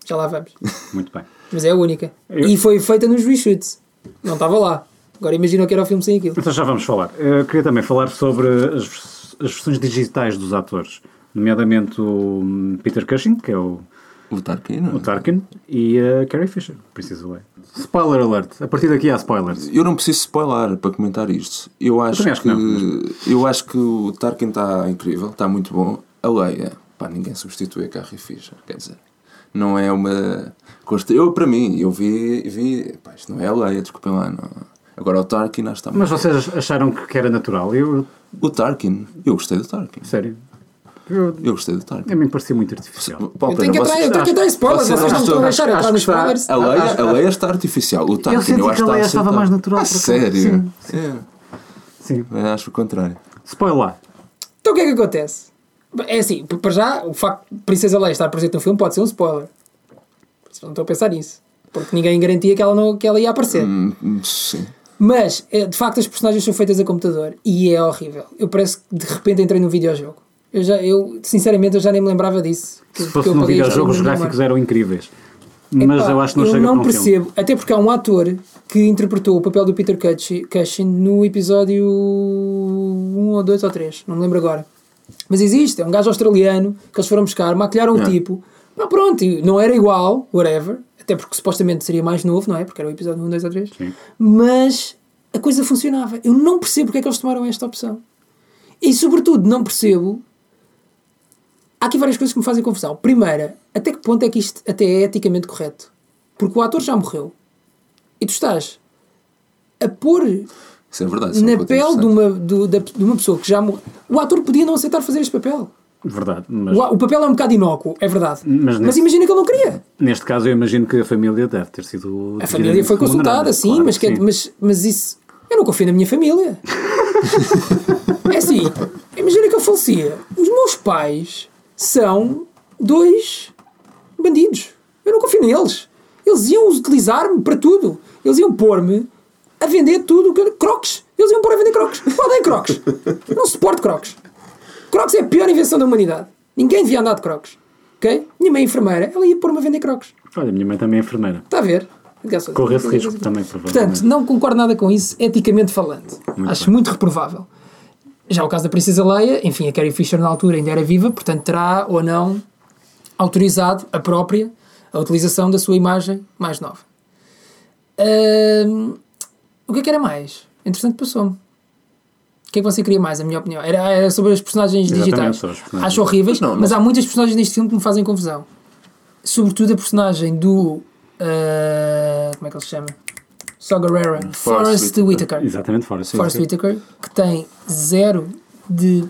Speaker 3: Já lá vamos.
Speaker 2: Muito bem.
Speaker 3: Mas é a única.
Speaker 2: Eu-
Speaker 3: E foi feita nos reshoots. Não estava lá. Agora imagina o que era o filme sem aquilo.
Speaker 2: Então já vamos falar. Eu queria também falar sobre as, vers- as versões digitais dos atores, nomeadamente o hum, Peter Cushing, que é o,
Speaker 4: O Tarquino?
Speaker 2: o Tarkin, e a Carrie Fisher, Princess Leia. Spoiler alert. A partir daqui há spoilers.
Speaker 4: Eu não preciso spoiler para comentar isto. Eu acho,
Speaker 2: também acho
Speaker 4: que,
Speaker 2: que
Speaker 4: eu acho que o Tarkin está incrível, está muito bom. A Leia, pá, ninguém substitui a Carrie Fisher, quer dizer, não é uma costa. Eu, para mim, eu vi, vi pá, isto não é a Leia, desculpem lá. Não. Agora o Tarkin, acho que está
Speaker 2: Mas vocês acharam que que era natural? Eu,
Speaker 4: O Tarkin, eu gostei do Tarkin.
Speaker 2: sério, eu,
Speaker 4: Eu gostei do Tarkin.
Speaker 2: a mim parecia muito artificial.
Speaker 4: Pá,
Speaker 3: Eu tenho que
Speaker 4: vocês-
Speaker 3: entrar, eu tenho que entrar em spoilers.
Speaker 4: vocês
Speaker 3: Vocês não
Speaker 4: acham-
Speaker 3: estão a deixar
Speaker 2: acho-
Speaker 3: entrar
Speaker 2: acho
Speaker 3: nos
Speaker 2: que está-
Speaker 3: spoilers.
Speaker 4: A Leia, a Leia está artificial. O Tarkin, eu,
Speaker 2: senti
Speaker 4: acho
Speaker 2: que a Leia
Speaker 4: está
Speaker 2: estava
Speaker 4: aceitável.
Speaker 2: mais natural,
Speaker 4: A
Speaker 2: por acaso.
Speaker 4: sério?
Speaker 2: Sim.
Speaker 4: É, eu acho o contrário.
Speaker 2: Spoiler.
Speaker 3: Então o que é que acontece? É assim, p- para já, o facto de Princesa Leia estar presente no filme pode ser um spoiler. Por isso Não estou a pensar nisso. Porque ninguém garantia que ela, não, que ela ia aparecer.
Speaker 4: Hum, Sim.
Speaker 3: Mas, é, de facto, as personagens são feitas a computador e é horrível. Eu parece que de repente entrei num videojogo. Eu, já, eu sinceramente, eu já nem me lembrava disso. Que-
Speaker 2: Se
Speaker 3: que eu
Speaker 2: fosse num
Speaker 3: apaguei isto
Speaker 2: videojogo,
Speaker 3: da
Speaker 2: os
Speaker 3: minha
Speaker 2: gráficos
Speaker 3: memória.
Speaker 2: eram incríveis. Mas
Speaker 3: Epá,
Speaker 2: eu acho que não
Speaker 3: eu
Speaker 2: chega
Speaker 3: não
Speaker 2: para um filme.
Speaker 3: percebo, até porque há um ator que interpretou o papel do Peter Cush- Cushing no episódio 1 ou 2 ou 3, não me lembro agora. Mas existe, é um gajo australiano que eles foram buscar, maquilharam o
Speaker 2: É.
Speaker 4: Não.
Speaker 3: tipo. Mas pronto, e não era igual, whatever. Até porque supostamente seria mais novo, não é? Porque era o episódio 1, 2 ou 3.
Speaker 2: Sim.
Speaker 3: Mas a coisa funcionava. Eu não percebo porque é que eles tomaram esta opção. E sobretudo não percebo há aqui várias coisas que me fazem confusão. Primeira, até que ponto é que isto até é eticamente correto? Porque o ator já morreu. E tu estás a pôr
Speaker 4: Isso é verdade. isso é um
Speaker 3: na
Speaker 4: ponto
Speaker 3: pele de
Speaker 4: interessante.
Speaker 3: uma, do- da- de uma pessoa que já morreu. O ator podia não aceitar fazer este papel.
Speaker 2: Verdade. Mas
Speaker 3: O, a- o papel é um bocado inócuo, é verdade.
Speaker 2: Mas
Speaker 3: Mas,
Speaker 2: nesse-
Speaker 3: imagina que ele não queria.
Speaker 2: neste caso eu imagino que a família deve ter sido.
Speaker 3: A família foi consultada, sim, mas, que- é mas, mas isso. Eu não confio na minha família. é assim, imagina que eu falecia. Os meus pais são dois bandidos. Eu não confio neles. Eles iam utilizar-me para tudo. Eles iam pôr-me a vender tudo. o que eu- Crocs. Eles iam pôr a vender crocs. Eu odeio crocs. Eu não suporto crocs. Crocs é a pior invenção da humanidade. Ninguém devia andar de crocs. Ok? Minha mãe é enfermeira, ela ia pôr-me a vender crocs.
Speaker 2: Olha, a minha mãe também é enfermeira.
Speaker 3: Está a ver? Obrigado,
Speaker 2: Corre esse
Speaker 3: Sousa.
Speaker 2: risco também, provavelmente.
Speaker 3: Portanto, não concordo nada com isso, eticamente falando. Acho
Speaker 2: bem.
Speaker 3: muito reprovável. Já o caso da Princesa Leia, enfim, a Carrie Fisher na altura ainda era viva, portanto terá ou não autorizado a própria a utilização da sua imagem mais nova. Ahm, o que é que era mais? Entretanto, passou-me. O que é que você queria mais, a minha opinião? Era, era sobre as personagens
Speaker 2: Exatamente,
Speaker 3: digitais.
Speaker 2: sobre os personagens.
Speaker 3: Acho horríveis,
Speaker 4: Mas não, não-
Speaker 3: mas há muitas personagens neste filme que me fazem confusão. Sobretudo a personagem do. ah, como é que ele se chama? Sogarera. Forrest Whitaker.
Speaker 2: Exatamente, fora. Sim,
Speaker 3: Forrest
Speaker 2: sim.
Speaker 3: Whitaker, que tem zero de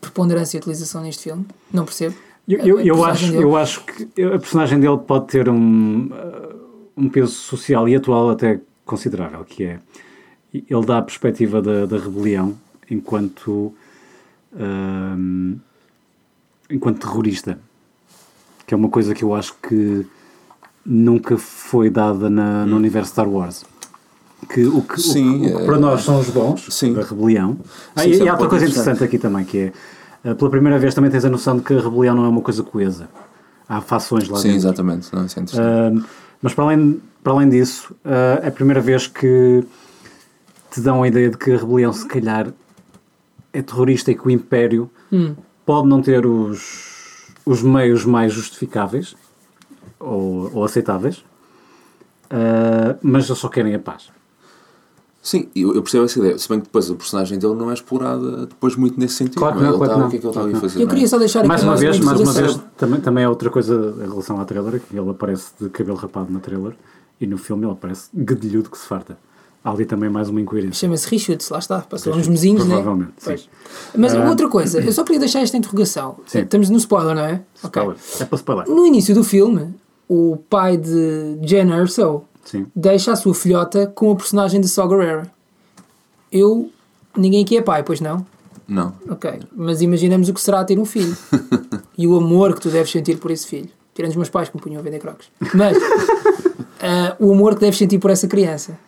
Speaker 3: preponderância e utilização neste filme. Não percebo.
Speaker 2: Eu,
Speaker 3: a-
Speaker 2: eu,
Speaker 3: a
Speaker 2: eu
Speaker 3: personagem
Speaker 2: acho,
Speaker 3: dele.
Speaker 2: eu acho que eu- a personagem dele pode ter um, uh, um peso social e atual até considerável, que é ele dá a perspectiva da, da rebelião enquanto um, enquanto terrorista, que é uma coisa que eu acho que nunca foi dada na- no universo Star Wars. Que o que, o
Speaker 4: Hum. Sim,
Speaker 2: que- o que
Speaker 4: é-
Speaker 2: para nós são os bons
Speaker 4: Sim.
Speaker 2: da rebelião. Ah,
Speaker 4: Sim,
Speaker 2: e-
Speaker 4: isso
Speaker 2: e
Speaker 4: é
Speaker 2: há
Speaker 4: um
Speaker 2: outra
Speaker 4: ponto
Speaker 2: coisa
Speaker 4: interessante.
Speaker 2: interessante aqui também, que é eh, pela primeira vez também tens a noção de que a rebelião não é uma coisa coesa. Há fações lá
Speaker 4: Sim,
Speaker 2: dentro.
Speaker 4: exatamente. Não, isso é interessante.
Speaker 2: Ahm, mas para além, para além disso, ah, é a primeira vez que te dão a ideia de que a rebelião, se calhar, é terrorista e que o Império pode não ter os, os meios mais justificáveis ou, ou aceitáveis, ah, mas eles só querem a paz.
Speaker 4: Sim, eu, eu percebo essa ideia. Se bem que depois a personagem dele não é explorada depois muito nesse sentido.
Speaker 2: Claro que
Speaker 4: é?
Speaker 2: não,
Speaker 4: Ele
Speaker 2: claro
Speaker 4: tá-
Speaker 2: que não.
Speaker 4: O que é que ele
Speaker 2: Claro
Speaker 4: estava
Speaker 2: que
Speaker 4: a fazer?
Speaker 3: Eu
Speaker 4: não é?
Speaker 3: queria só deixar
Speaker 2: Mais
Speaker 3: aqui
Speaker 2: uma vez, mais uma vez,
Speaker 3: observação.
Speaker 2: também, também é outra coisa em relação à trailer, que ele aparece de cabelo rapado na trailer e no filme ele aparece guedilhudo que se farta. Há ali também mais uma incoerência.
Speaker 3: Chama-se reshoots, lá está. Passou uns mesinhos, né?
Speaker 2: provavelmente, sim. Ah.
Speaker 3: Pois. Mas outra coisa, eu só queria deixar esta interrogação.
Speaker 2: Sim.
Speaker 3: Estamos no spoiler, não é? Ok.
Speaker 2: Spoiler. É para spoiler.
Speaker 3: No início do filme, o pai de Jen Erso
Speaker 2: Sim.
Speaker 3: deixa a sua filhota com a personagem de Saw Gerrera. Eu. Ninguém aqui é pai, pois não?
Speaker 4: Não.
Speaker 3: Ok. Mas imaginamos o que será ter um
Speaker 4: [laughs]
Speaker 3: filho. e o amor que tu deves sentir por esse filho. Tirando os meus pais que me punham a vender crocs.
Speaker 4: [laughs]
Speaker 3: Mas. ah, o amor que deves sentir por essa criança.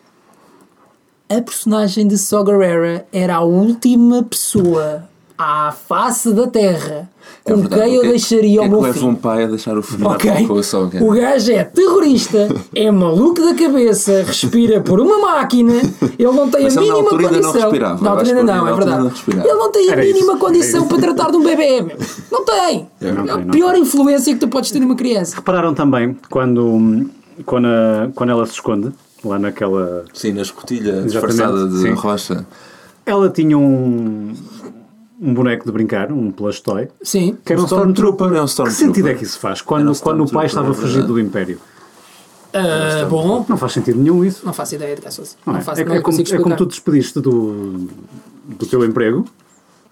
Speaker 3: A personagem de Saw Gerrera era a última pessoa à face da Terra com
Speaker 4: É verdade,
Speaker 3: quem um eu
Speaker 4: o que é-
Speaker 3: deixaria
Speaker 4: o que
Speaker 3: o
Speaker 4: é que
Speaker 3: meu
Speaker 4: leva
Speaker 3: filho.
Speaker 4: um pai a deixar o filho
Speaker 3: Ok?
Speaker 4: com a só, ok?
Speaker 3: O gajo é terrorista, é maluco da cabeça, respira por uma máquina, ele não tem
Speaker 4: Mas
Speaker 3: a
Speaker 4: ele na
Speaker 3: mínima
Speaker 4: altura ainda não
Speaker 3: condição.
Speaker 4: respirava,
Speaker 3: Na
Speaker 4: eu
Speaker 3: altura
Speaker 4: acho
Speaker 3: ainda
Speaker 4: que ele
Speaker 3: não,
Speaker 4: na
Speaker 3: é
Speaker 4: altura
Speaker 3: verdade.
Speaker 4: não respirava.
Speaker 3: ele não tem a
Speaker 2: Era
Speaker 3: mínima
Speaker 2: isso.
Speaker 3: condição para tratar de um bebê, meu. Não tem.
Speaker 4: É, não
Speaker 3: É a
Speaker 2: tem, não
Speaker 3: pior influência que tu podes ter numa criança.
Speaker 2: Repararam também quando, quando, a- quando ela se esconde, lá naquela.
Speaker 4: Sim, na escotilha
Speaker 2: Exatamente,
Speaker 4: disfarçada de
Speaker 2: sim.
Speaker 4: rocha.
Speaker 2: Ela tinha um, um boneco de brincar, um plush toy,
Speaker 3: Sim.
Speaker 2: que era um
Speaker 4: Um Stormtrooper,
Speaker 2: Stormtrooper.
Speaker 4: é um
Speaker 2: Que
Speaker 4: Stormtrooper.
Speaker 2: sentido é que isso faz? Quando,
Speaker 4: Era um
Speaker 2: quando o pai
Speaker 4: Stormtrooper,
Speaker 2: estava a fugir
Speaker 4: verdade.
Speaker 2: do Império.
Speaker 3: Ah, bom,
Speaker 2: Não faz sentido nenhum isso.
Speaker 3: não faço ideia de que é Sousa.
Speaker 2: Não
Speaker 3: Não
Speaker 2: é?
Speaker 3: faço
Speaker 2: É-
Speaker 3: não
Speaker 2: é, como,
Speaker 3: consigo
Speaker 2: é como
Speaker 3: explicar.
Speaker 2: tu te despediste do, do teu emprego,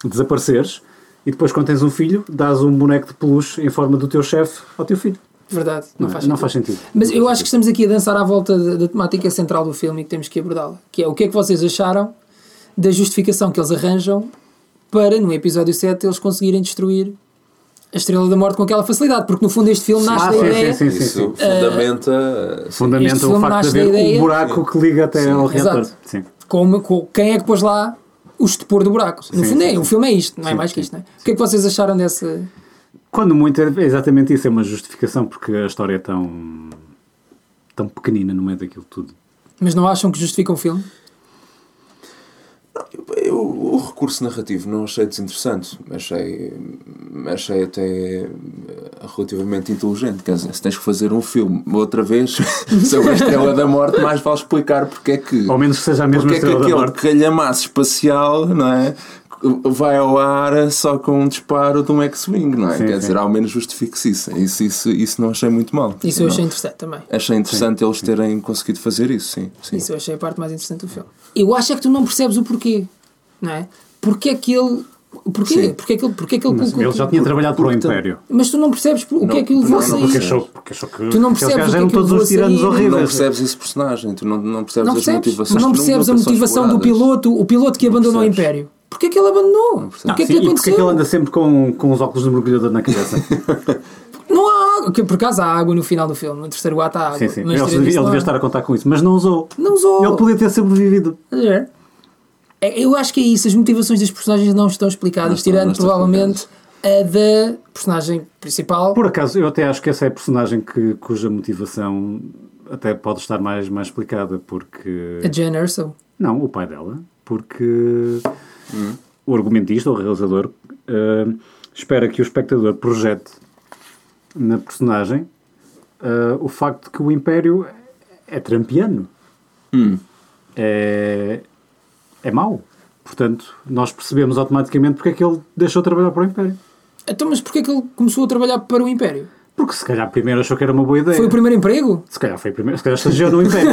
Speaker 2: desapareceres e depois, quando tens um filho, dás um boneco de peluche em forma do teu chefe ao teu filho.
Speaker 3: Verdade,
Speaker 2: Não,
Speaker 3: não,
Speaker 2: é?
Speaker 3: faz
Speaker 2: Não
Speaker 3: sentido.
Speaker 2: faz sentido.
Speaker 3: Mas eu acho que estamos aqui a dançar à volta da, da temática central do filme e que temos que abordá-la. Que é o que é que vocês acharam da justificação que eles arranjam para, no episódio 7, eles conseguirem destruir a Estrela da Morte com aquela facilidade. Porque no fundo este filme nasce
Speaker 2: Ah,
Speaker 3: da
Speaker 2: sim,
Speaker 3: ideia.
Speaker 2: sim, sim, sim.
Speaker 4: Isso
Speaker 2: sim.
Speaker 4: fundamenta. eh, sim.
Speaker 2: Fundamenta
Speaker 3: Este
Speaker 2: o
Speaker 3: filme
Speaker 2: facto de
Speaker 3: nasce da
Speaker 2: haver o
Speaker 3: ideia-
Speaker 2: buraco que liga até ao reator.
Speaker 3: Exato.
Speaker 2: Sim.
Speaker 3: com, uma- com- quem é que pôs lá o estupor do buraco. No
Speaker 4: Sim,
Speaker 3: fundo, é,
Speaker 4: sim,
Speaker 3: o filme é isto, não é
Speaker 4: Sim,
Speaker 3: mais que
Speaker 4: sim,
Speaker 3: isto, não é? O que é que vocês acharam dessa.
Speaker 2: Quando muito, é exatamente isso, é uma justificação porque a história é tão. tão pequenina no meio daquilo tudo.
Speaker 3: Mas não acham que justifica o filme?
Speaker 4: Eu, o recurso narrativo não achei desinteressante, achei, achei até eh, relativamente inteligente. Quer dizer, se tens que fazer um filme outra vez [laughs] sobre a Estrela da Morte, mais vale explicar porque é que.
Speaker 2: Ao menos que seja a mesma
Speaker 4: porque é que
Speaker 2: Estrela da
Speaker 4: aquele
Speaker 2: Morte.
Speaker 4: calhamaço espacial, não é? Vai ao ar só com um disparo de um X-Wing, não é?
Speaker 2: Sim,
Speaker 4: Quer
Speaker 2: sim.
Speaker 4: dizer, ao menos justifique-se isso. Isso, isso. isso não achei muito mal.
Speaker 3: Isso eu
Speaker 4: Não.
Speaker 3: achei interessante também.
Speaker 4: Achei interessante eles terem conseguido fazer isso, sim. sim.
Speaker 3: Isso eu achei a parte mais interessante do filme. Eu acho é que tu não percebes o porquê, não é? Porque é que ele. Porquê?
Speaker 4: Sim.
Speaker 3: Porque é que ele. Porque é que ele,
Speaker 2: Ele já tinha trabalhado para o
Speaker 4: porque-
Speaker 2: Império.
Speaker 3: Mas tu não percebes por- o que é que ele
Speaker 4: não,
Speaker 3: levou a
Speaker 4: não,
Speaker 3: sair.
Speaker 2: Porque
Speaker 4: Sim.
Speaker 2: achou, porque achou que
Speaker 3: Tu não
Speaker 2: aqueles
Speaker 3: percebes o
Speaker 2: gajos
Speaker 3: que é
Speaker 2: eram
Speaker 3: que eu
Speaker 2: todos
Speaker 3: vou
Speaker 2: os tiranos
Speaker 3: sair,
Speaker 4: não
Speaker 2: horríveis.
Speaker 4: percebes esse personagem, tu não, não percebes
Speaker 3: Não
Speaker 4: as
Speaker 3: percebes?
Speaker 4: motivações
Speaker 3: Não percebes a
Speaker 4: nunca são
Speaker 3: motivação do
Speaker 4: exploradas.
Speaker 3: piloto, o piloto que abandonou o
Speaker 4: percebes.
Speaker 3: Império. Porquê é que ele abandonou?
Speaker 4: percebes.
Speaker 3: O que é que
Speaker 2: Sim,
Speaker 3: lhe
Speaker 2: e porque é que ele
Speaker 3: aconteceu?
Speaker 2: anda sempre com, com os óculos de mergulhador na cabeça?
Speaker 3: Não há água. que Por acaso há água no final do filme, no terceiro ato há água.
Speaker 2: sim, sim.
Speaker 3: Tá
Speaker 2: ele
Speaker 3: Mas tirando
Speaker 2: devia, ele
Speaker 3: isso, não
Speaker 2: devia
Speaker 3: há.
Speaker 2: estar a contar com isso, mas não usou.
Speaker 3: Não usou.
Speaker 2: Ele podia ter sobrevivido.
Speaker 3: É. É, Eu acho que é isso. As motivações dos personagens não estão explicadas,
Speaker 4: Não estão,
Speaker 3: tirando
Speaker 4: não estão
Speaker 3: provavelmente a da personagem principal.
Speaker 2: Por acaso, eu até acho que essa é a personagem que, cuja motivação até pode estar mais, mais explicada, porque.
Speaker 3: A Jane Erso.
Speaker 2: Não, o pai dela, porque o argumentista, o realizador, eh, espera que o espectador projete na personagem eh, o facto de que o Império é trampiano. É, é mau. Portanto, nós percebemos automaticamente porque é que ele deixou de trabalhar para o Império.
Speaker 3: Então, mas porquê é que ele começou a trabalhar para o Império?
Speaker 2: Porque se calhar primeiro achou que era uma boa ideia.
Speaker 3: Foi o primeiro emprego? [laughs]
Speaker 2: Se calhar foi primeiro, se calhar estagiou no Império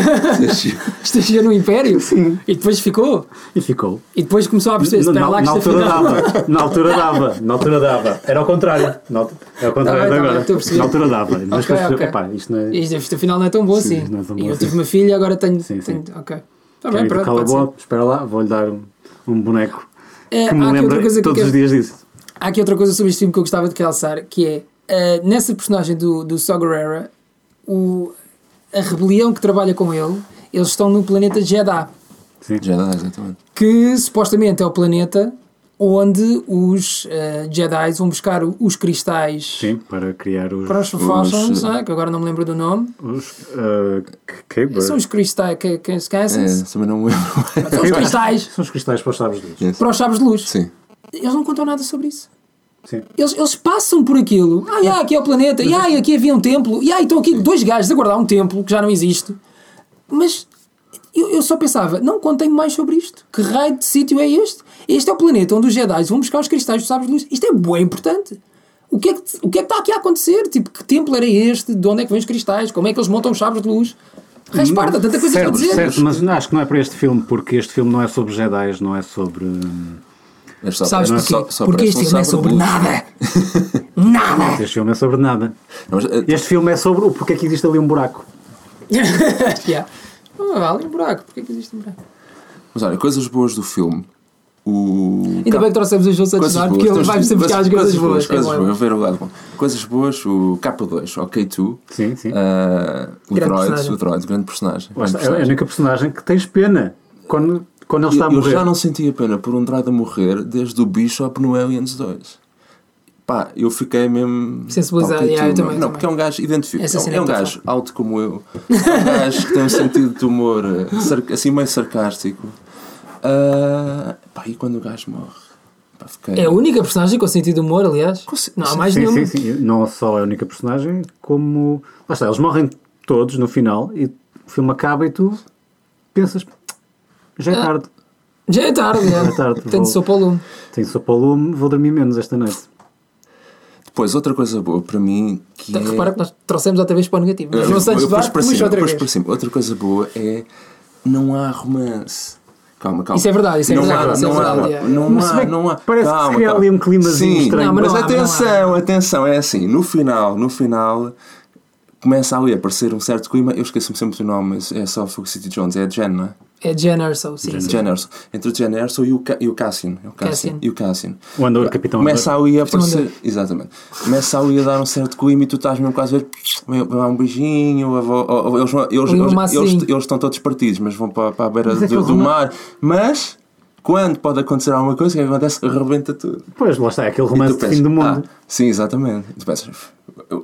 Speaker 3: Estagiou no Império? Sim. E depois ficou?
Speaker 2: e ficou.
Speaker 3: E depois começou a perceber,
Speaker 2: Na,
Speaker 3: espera lá
Speaker 2: na-
Speaker 3: que
Speaker 2: na
Speaker 3: isto
Speaker 2: altura
Speaker 3: afinal...
Speaker 2: dava, na altura dava, na altura dava. Era ao contrário. Na, altu- é ao contrário de
Speaker 3: Tá bem, tá bem,
Speaker 2: agora.
Speaker 3: estou a perceber.
Speaker 2: na altura dava. Mas
Speaker 3: Ok,
Speaker 2: depois,
Speaker 3: ok.
Speaker 2: epá, isto não é.
Speaker 3: [laughs] Isto, isto afinal não é tão bom assim.
Speaker 2: não é tão bom
Speaker 3: E eu
Speaker 2: assim.
Speaker 3: tive uma filha e agora tenho...
Speaker 2: Sim,
Speaker 3: tenho-
Speaker 2: sim.
Speaker 3: Ok.
Speaker 2: Quero
Speaker 3: Está tá bem,
Speaker 2: ir de
Speaker 3: pronto,
Speaker 2: cala
Speaker 3: pode ser.
Speaker 2: boa, espera lá, vou-lhe dar um, um boneco
Speaker 3: É,
Speaker 2: que
Speaker 3: há
Speaker 2: me
Speaker 3: aqui outra
Speaker 2: lembra
Speaker 3: coisa que eu
Speaker 2: todos os
Speaker 3: quero-
Speaker 2: dias disso.
Speaker 3: Há aqui outra coisa sobre este filme que eu gostava de calçar, que é ah, nessa personagem do, do Saw Gerrera, o, a rebelião que trabalha com ele, eles estão no planeta Jeddah,
Speaker 2: Sim.
Speaker 4: [laughs] Já dá, exatamente.
Speaker 3: que supostamente é o planeta onde os ah, Jedi vão buscar o- os cristais
Speaker 2: Sim, para criar os.
Speaker 3: para os Fossions, não é? que agora não me lembro do nome.
Speaker 2: os ah, que- que-
Speaker 3: São os cristais que, que
Speaker 4: É,
Speaker 3: esquecem-se.
Speaker 4: também não me lembro.
Speaker 3: [laughs] São
Speaker 2: [laughs]
Speaker 3: os cristais
Speaker 2: São os cristais para os sabres de luz.
Speaker 3: para os chaves de luz.
Speaker 4: É. Sim.
Speaker 3: Eles não contam nada sobre isso.
Speaker 2: Sim.
Speaker 3: Eles, eles passam por aquilo. Ah, yeah, aqui é o planeta. E yeah, aqui havia um templo. E yeah, estão aqui dois gajos a guardar um templo que já não existe. Mas eu, eu só pensava, não contem mais sobre isto. Que raio de sítio é este? Este é o planeta onde os Jedi vão buscar os cristais dos sabres de luz. Isto é bem importante. O que, é que, o que é que está aqui a acontecer? Tipo, que templo era este? De onde é que vêm os cristais? Como é que eles montam os sabres de luz? Resparta, tanta coisa para
Speaker 2: Certo,
Speaker 3: dizer.
Speaker 2: certo, mas não, acho que não é para este filme, porque este filme não é sobre Jedi, não é sobre. hum,
Speaker 4: Mas só-
Speaker 3: Sabes
Speaker 4: não é
Speaker 3: porquê?
Speaker 4: só- só
Speaker 3: Porque
Speaker 4: parece
Speaker 3: este
Speaker 4: um
Speaker 3: filme é
Speaker 4: sabre
Speaker 3: sobre
Speaker 4: de luz.
Speaker 3: nada.
Speaker 4: [laughs]
Speaker 3: nada.
Speaker 2: Este filme é sobre nada.
Speaker 4: Não, mas, eh,
Speaker 2: Este filme é sobre o porque é que existe ali um buraco.
Speaker 3: [laughs] yeah. Ah, há ali um buraco. Porquê que existe um buraco?
Speaker 4: mas olha, coisas boas do filme. O...
Speaker 3: Ainda bem que trouxemos o João Santos
Speaker 4: Coisas
Speaker 3: Nar,
Speaker 4: boas,
Speaker 3: porque ele
Speaker 4: temos-
Speaker 3: vai sempre buscar as coisas boas.
Speaker 4: Coisas
Speaker 3: é
Speaker 4: boas,
Speaker 3: bom.
Speaker 4: vou ver o lado bom. Coisas boas, o K2, o K2.
Speaker 2: Sim, sim.
Speaker 4: ah, o
Speaker 3: Grande
Speaker 4: droid,
Speaker 3: personagem.
Speaker 4: o droid, grande personagem.
Speaker 2: Lá
Speaker 4: grande
Speaker 2: está, é a
Speaker 4: personagem.
Speaker 2: única personagem que tens pena quando, quando ele está a
Speaker 4: Eu, eu
Speaker 2: morrer.
Speaker 4: já não sentia pena por um droid a morrer desde o Bishop no Aliens 2. Pá, eu fiquei mesmo.
Speaker 3: Sensibilizado,
Speaker 4: Tal que
Speaker 3: yeah, eu
Speaker 4: tu,
Speaker 3: também, também.
Speaker 4: mano. Não, porque é um gajo identifico.
Speaker 3: Essa
Speaker 4: É um-
Speaker 3: cena
Speaker 4: É um
Speaker 3: que tu
Speaker 4: gajo alto como eu. É um [laughs] gajo que tem um sentido de humor eh, sar- assim meio sarcástico. Ah, pá, e quando o gajo morre? Pá, fiquei.
Speaker 3: É a única personagem com sentido de humor, aliás. Não há mais
Speaker 2: sim,
Speaker 3: nenhuma.
Speaker 2: sim, sim. Não só é a única personagem, como. Lá está, eles morrem todos no final e o filme acaba e tu pensas. Já
Speaker 3: Ah.
Speaker 2: é tarde.
Speaker 3: Já é tarde,
Speaker 4: [laughs]
Speaker 3: já.
Speaker 2: é tarde,
Speaker 3: Portanto,
Speaker 2: vou-
Speaker 3: sou para o lume.
Speaker 2: Tenho sopa ao lume, vou dormir menos esta noite.
Speaker 4: Depois, outra coisa boa para mim que é.
Speaker 3: Tá, Repara que nós trouxemos outra vez para o negativo. Mas João
Speaker 4: Eu-
Speaker 3: Santos
Speaker 4: eu pus
Speaker 3: Bar
Speaker 4: para
Speaker 3: puxa
Speaker 4: cima,
Speaker 3: um outra
Speaker 4: pus
Speaker 3: vez.
Speaker 4: para cima. Outra coisa boa é não há romance. Calma, calma.
Speaker 3: Isso é verdade, isso é
Speaker 4: não
Speaker 3: verdade,
Speaker 4: Há,
Speaker 3: isso é
Speaker 4: não
Speaker 3: verdade,
Speaker 4: há,
Speaker 3: é.
Speaker 4: não
Speaker 2: Mas se
Speaker 4: há,
Speaker 2: bem que
Speaker 4: não há.
Speaker 2: parece que se cria ali um climazinho
Speaker 4: Sim,
Speaker 2: estranho.
Speaker 3: Não, mas
Speaker 4: mas,
Speaker 3: não há, mas não há.
Speaker 4: atenção, atenção, é assim, no final, no final, começa ali a aparecer um certo clima, eu esqueço-me sempre do nome, mas é só Fuga City Jones, é a Jen, não é?
Speaker 3: É Jen Erso, sim. sim.
Speaker 4: Jen Erso. Entre o Jen Erso e o, Ca e o Cassian. É o Cassian.
Speaker 3: Cassian.
Speaker 4: E o Cassian.
Speaker 2: O Andor, Capitão
Speaker 4: Começa ali a aparecer.
Speaker 3: Andor.
Speaker 4: Exatamente. Começa ali a dar um certo clima e tu estás mesmo quase a ver. meio- Vai um beijinho, a vo- a- a- eles, vão- eles,
Speaker 3: Ali um
Speaker 4: eles,
Speaker 3: massinho.
Speaker 4: eles- eles estão todos partidos, mas vão para, para a beira
Speaker 2: Mas é
Speaker 4: do,
Speaker 2: que
Speaker 4: do
Speaker 2: o roma-
Speaker 4: mar. Mas, quando pode acontecer alguma coisa, o que acontece? Rebenta tudo.
Speaker 2: Pois, lá está, é aquele
Speaker 4: E tu
Speaker 2: romance de
Speaker 4: pensas,
Speaker 2: fim do mundo.
Speaker 4: "Ah, sim, exatamente. E tu pensas,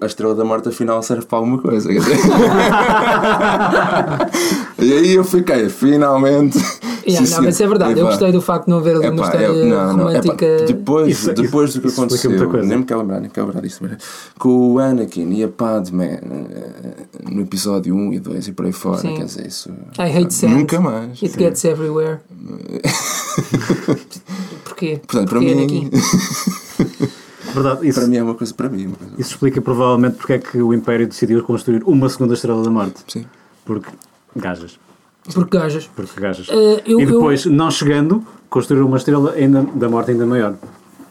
Speaker 4: a estrela da morte afinal serve para alguma coisa. quer
Speaker 2: [laughs]
Speaker 4: dizer. e aí eu fiquei, finalmente.
Speaker 3: Yeah,
Speaker 4: Sim,
Speaker 3: não, mas
Speaker 4: senhor.
Speaker 3: é verdade. Eu
Speaker 4: Epá.
Speaker 3: gostei do facto de não haver ali uma
Speaker 4: Epá,
Speaker 3: história
Speaker 4: eu- não, não, epá, tipo,
Speaker 3: romântica.
Speaker 4: depois,
Speaker 2: Isso- isso-
Speaker 4: depois do que
Speaker 2: isso explica
Speaker 4: aconteceu,
Speaker 2: muita coisa.
Speaker 4: nem me quero lembrar, nem me quero lembrar disso, mas com o Anakin e a Padme eh, no episódio 1 e 2 e por aí fora,
Speaker 3: Sim.
Speaker 4: quer dizer, isso.
Speaker 3: I hate sand.
Speaker 4: Nunca mais.
Speaker 3: It gets
Speaker 4: [laughs]
Speaker 3: everywhere. Porquê?
Speaker 4: Portanto, para
Speaker 3: Porquê,
Speaker 4: mim,
Speaker 3: Anakin?
Speaker 2: Verdade, isso,
Speaker 4: [laughs] para mim é uma coisa. Para mim é uma coisa.
Speaker 2: isso explica provavelmente porque é que o Império decidiu construir uma segunda Estrela da Morte.
Speaker 4: Sim.
Speaker 2: Porque gajas.
Speaker 3: Porque gajas.
Speaker 2: Porque gajas.
Speaker 3: Eh, eu-
Speaker 2: e depois, não chegando, construir uma Estrela ainda, da Morte ainda maior.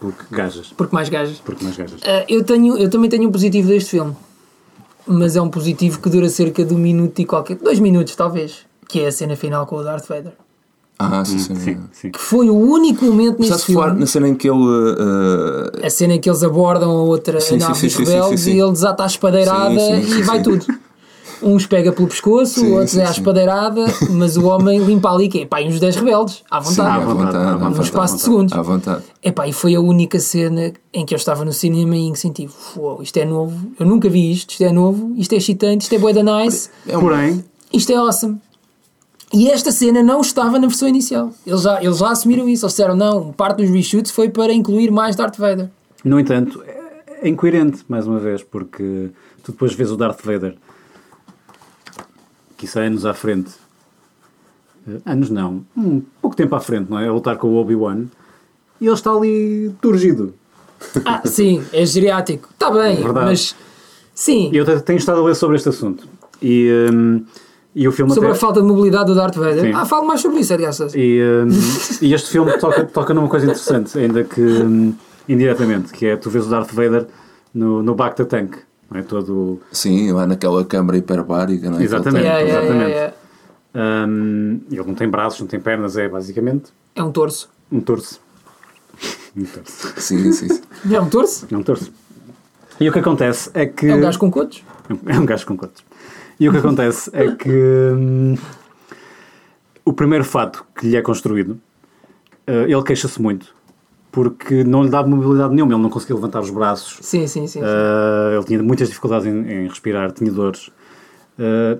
Speaker 2: Porque gajas.
Speaker 3: Porque mais gajas.
Speaker 2: Porque mais gajas.
Speaker 3: Ah, eu, tenho, eu também tenho um positivo deste filme. Mas é um positivo que dura cerca de um minuto e qualquer. dois minutos, talvez. Que é a cena final com o Darth Vader.
Speaker 4: Ah, sim, sim.
Speaker 2: Sim, sim.
Speaker 3: Que foi o único momento
Speaker 4: Já
Speaker 3: neste
Speaker 4: se falar
Speaker 3: filme.
Speaker 4: na cena em que ele. eh, eh,
Speaker 3: A cena em que eles abordam a outra
Speaker 4: Sim,
Speaker 3: nave
Speaker 4: sim,
Speaker 3: dos
Speaker 4: sim, sim,
Speaker 3: rebeldes
Speaker 4: sim, sim.
Speaker 3: e ele desata a espadeirada
Speaker 4: Sim, sim,
Speaker 3: e
Speaker 4: sim,
Speaker 3: vai
Speaker 4: sim.
Speaker 3: tudo. Uns pega pelo pescoço,
Speaker 4: Sim,
Speaker 3: outros
Speaker 4: sim,
Speaker 3: é à
Speaker 4: sim.
Speaker 3: espadeirada, mas o homem limpa ali que é pá, e uns 10 rebeldes, à
Speaker 4: sim, à
Speaker 3: vontade.
Speaker 2: vontade,
Speaker 4: vontade,
Speaker 2: à
Speaker 4: à
Speaker 2: vontade.
Speaker 3: num
Speaker 4: vontade.
Speaker 3: espaço de segundos.
Speaker 4: À vontade.
Speaker 3: Epá, e foi a única cena em que eu estava no cinema e em que senti, "Uou, isto é novo, eu nunca vi isto, isto é novo, isto é excitante, isto é bué da nice,
Speaker 4: É um-
Speaker 2: Porém,
Speaker 3: isto é awesome. E esta cena não estava na versão inicial. Eles já, eles já assumiram isso, eles disseram, não, parte dos reshoots foi para incluir mais Darth
Speaker 2: [laughs]
Speaker 3: Vader.
Speaker 2: No entanto, é é incoerente, mais uma vez, porque tu depois vês o Darth Vader, que isso é anos à frente. Eh, Anos não, um pouco tempo à frente, não é? A lutar com o Obi-Wan, e ele está ali turgido.
Speaker 3: Ah, sim, é geriátrico. Está bem,
Speaker 2: É verdade.
Speaker 3: mas sim,
Speaker 2: E eu te- tenho estado a ler sobre este assunto. E, hum, e o filme
Speaker 3: sobre a
Speaker 2: até-
Speaker 3: falta de mobilidade do Darth Vader.
Speaker 2: Sim.
Speaker 3: Ah, falo mais sobre isso, aliás.
Speaker 2: E, hum, e este filme toca, toca numa coisa interessante, ainda que hum, indiretamente, que é tu vês o Darth Vader no, no Bacta Tank, não é? Todo
Speaker 4: Sim, lá naquela câmara hiperbárica, não é?
Speaker 2: Exatamente.
Speaker 4: Aquele
Speaker 3: Yeah, yeah,
Speaker 4: tempo, exatamente.
Speaker 3: yeah,
Speaker 2: exatamente.
Speaker 3: yeah.
Speaker 2: hum, ele não tem braços, não tem pernas, é basicamente
Speaker 3: É um torso.
Speaker 2: Um torso. [laughs] Um torso.
Speaker 4: Sim, sim. sim.
Speaker 3: É um torso?
Speaker 2: É um torso. E o que acontece é que.
Speaker 3: É um gajo com cotos?
Speaker 2: [laughs] É um gajo com cotos. E o que acontece é que. hum, o primeiro fato que lhe é construído, eh, ele queixa-se muito porque não lhe dá mobilidade nenhuma, ele não conseguia levantar os braços,
Speaker 3: Sim, sim, sim. sim.
Speaker 2: Uh, ele tinha muitas dificuldades em, em respirar, tinha dores. Uh,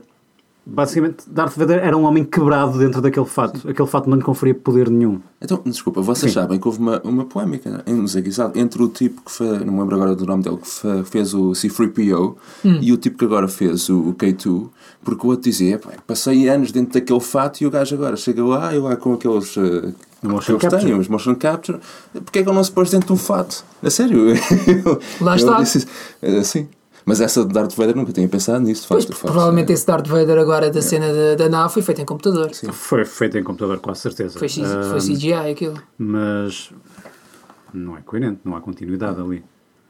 Speaker 2: basicamente, Darth Vader era um homem quebrado dentro daquele fato. Aquele fato não lhe conferia poder nenhum.
Speaker 4: Então, desculpa, vocês sabem que houve uma, uma polémica em nos aguisado entre o tipo que fez, não me lembro agora do nome dele, que fe- fez o C3PO
Speaker 3: Hum.
Speaker 4: e o tipo que agora fez o K2, porque o outro dizia, "Epá, passei anos dentro daquele fato e o gajo agora chega lá e lá com aqueles. eh,
Speaker 2: motion
Speaker 4: que eles
Speaker 2: capture.
Speaker 4: têm, os motion capture, porque é que ele não se pôs dentro de um fato? A sério? [laughs]
Speaker 3: Lá
Speaker 4: Eu
Speaker 3: está.
Speaker 4: disse isso. Eh, sim. Mas essa de Darth Vader nunca tinha pensado nisso, de
Speaker 3: Pois,
Speaker 4: facto. de facto,
Speaker 3: provavelmente
Speaker 4: eh.
Speaker 3: esse Darth Vader agora da
Speaker 2: É.
Speaker 3: cena da, da nave foi feito em computador.
Speaker 2: Foi feito em computador, com certeza.
Speaker 3: Foi, X-
Speaker 2: Uh,
Speaker 3: foi CGI aquilo.
Speaker 2: mas não é coerente, não há continuidade ali.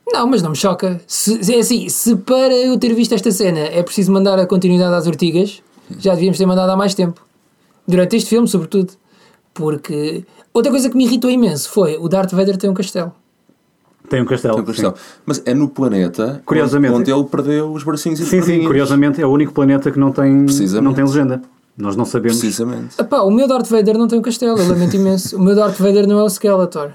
Speaker 3: Não, mas não me choca. Se, se- é assim, se para eu ter visto esta cena é preciso mandar a continuidade às ortigas, já devíamos ter mandado há mais tempo. Durante este filme, sobretudo. Porque. Outra coisa que me irritou imenso foi o Darth Vader tem um castelo.
Speaker 2: Tem um castelo.
Speaker 4: Não, Cristão. Mas é no planeta
Speaker 2: Curiosamente.
Speaker 4: onde ele perdeu os bracinhos e as
Speaker 2: Sim, sim, sim,
Speaker 4: perninhas.
Speaker 2: curiosamente é o único planeta que não tem,
Speaker 4: Precisamente.
Speaker 2: não tem legenda. Nós não sabemos.
Speaker 4: Precisamente.
Speaker 3: Epá, o meu Darth Vader não tem um castelo, eu lamento imenso. O meu Darth Vader não é o Skeletor.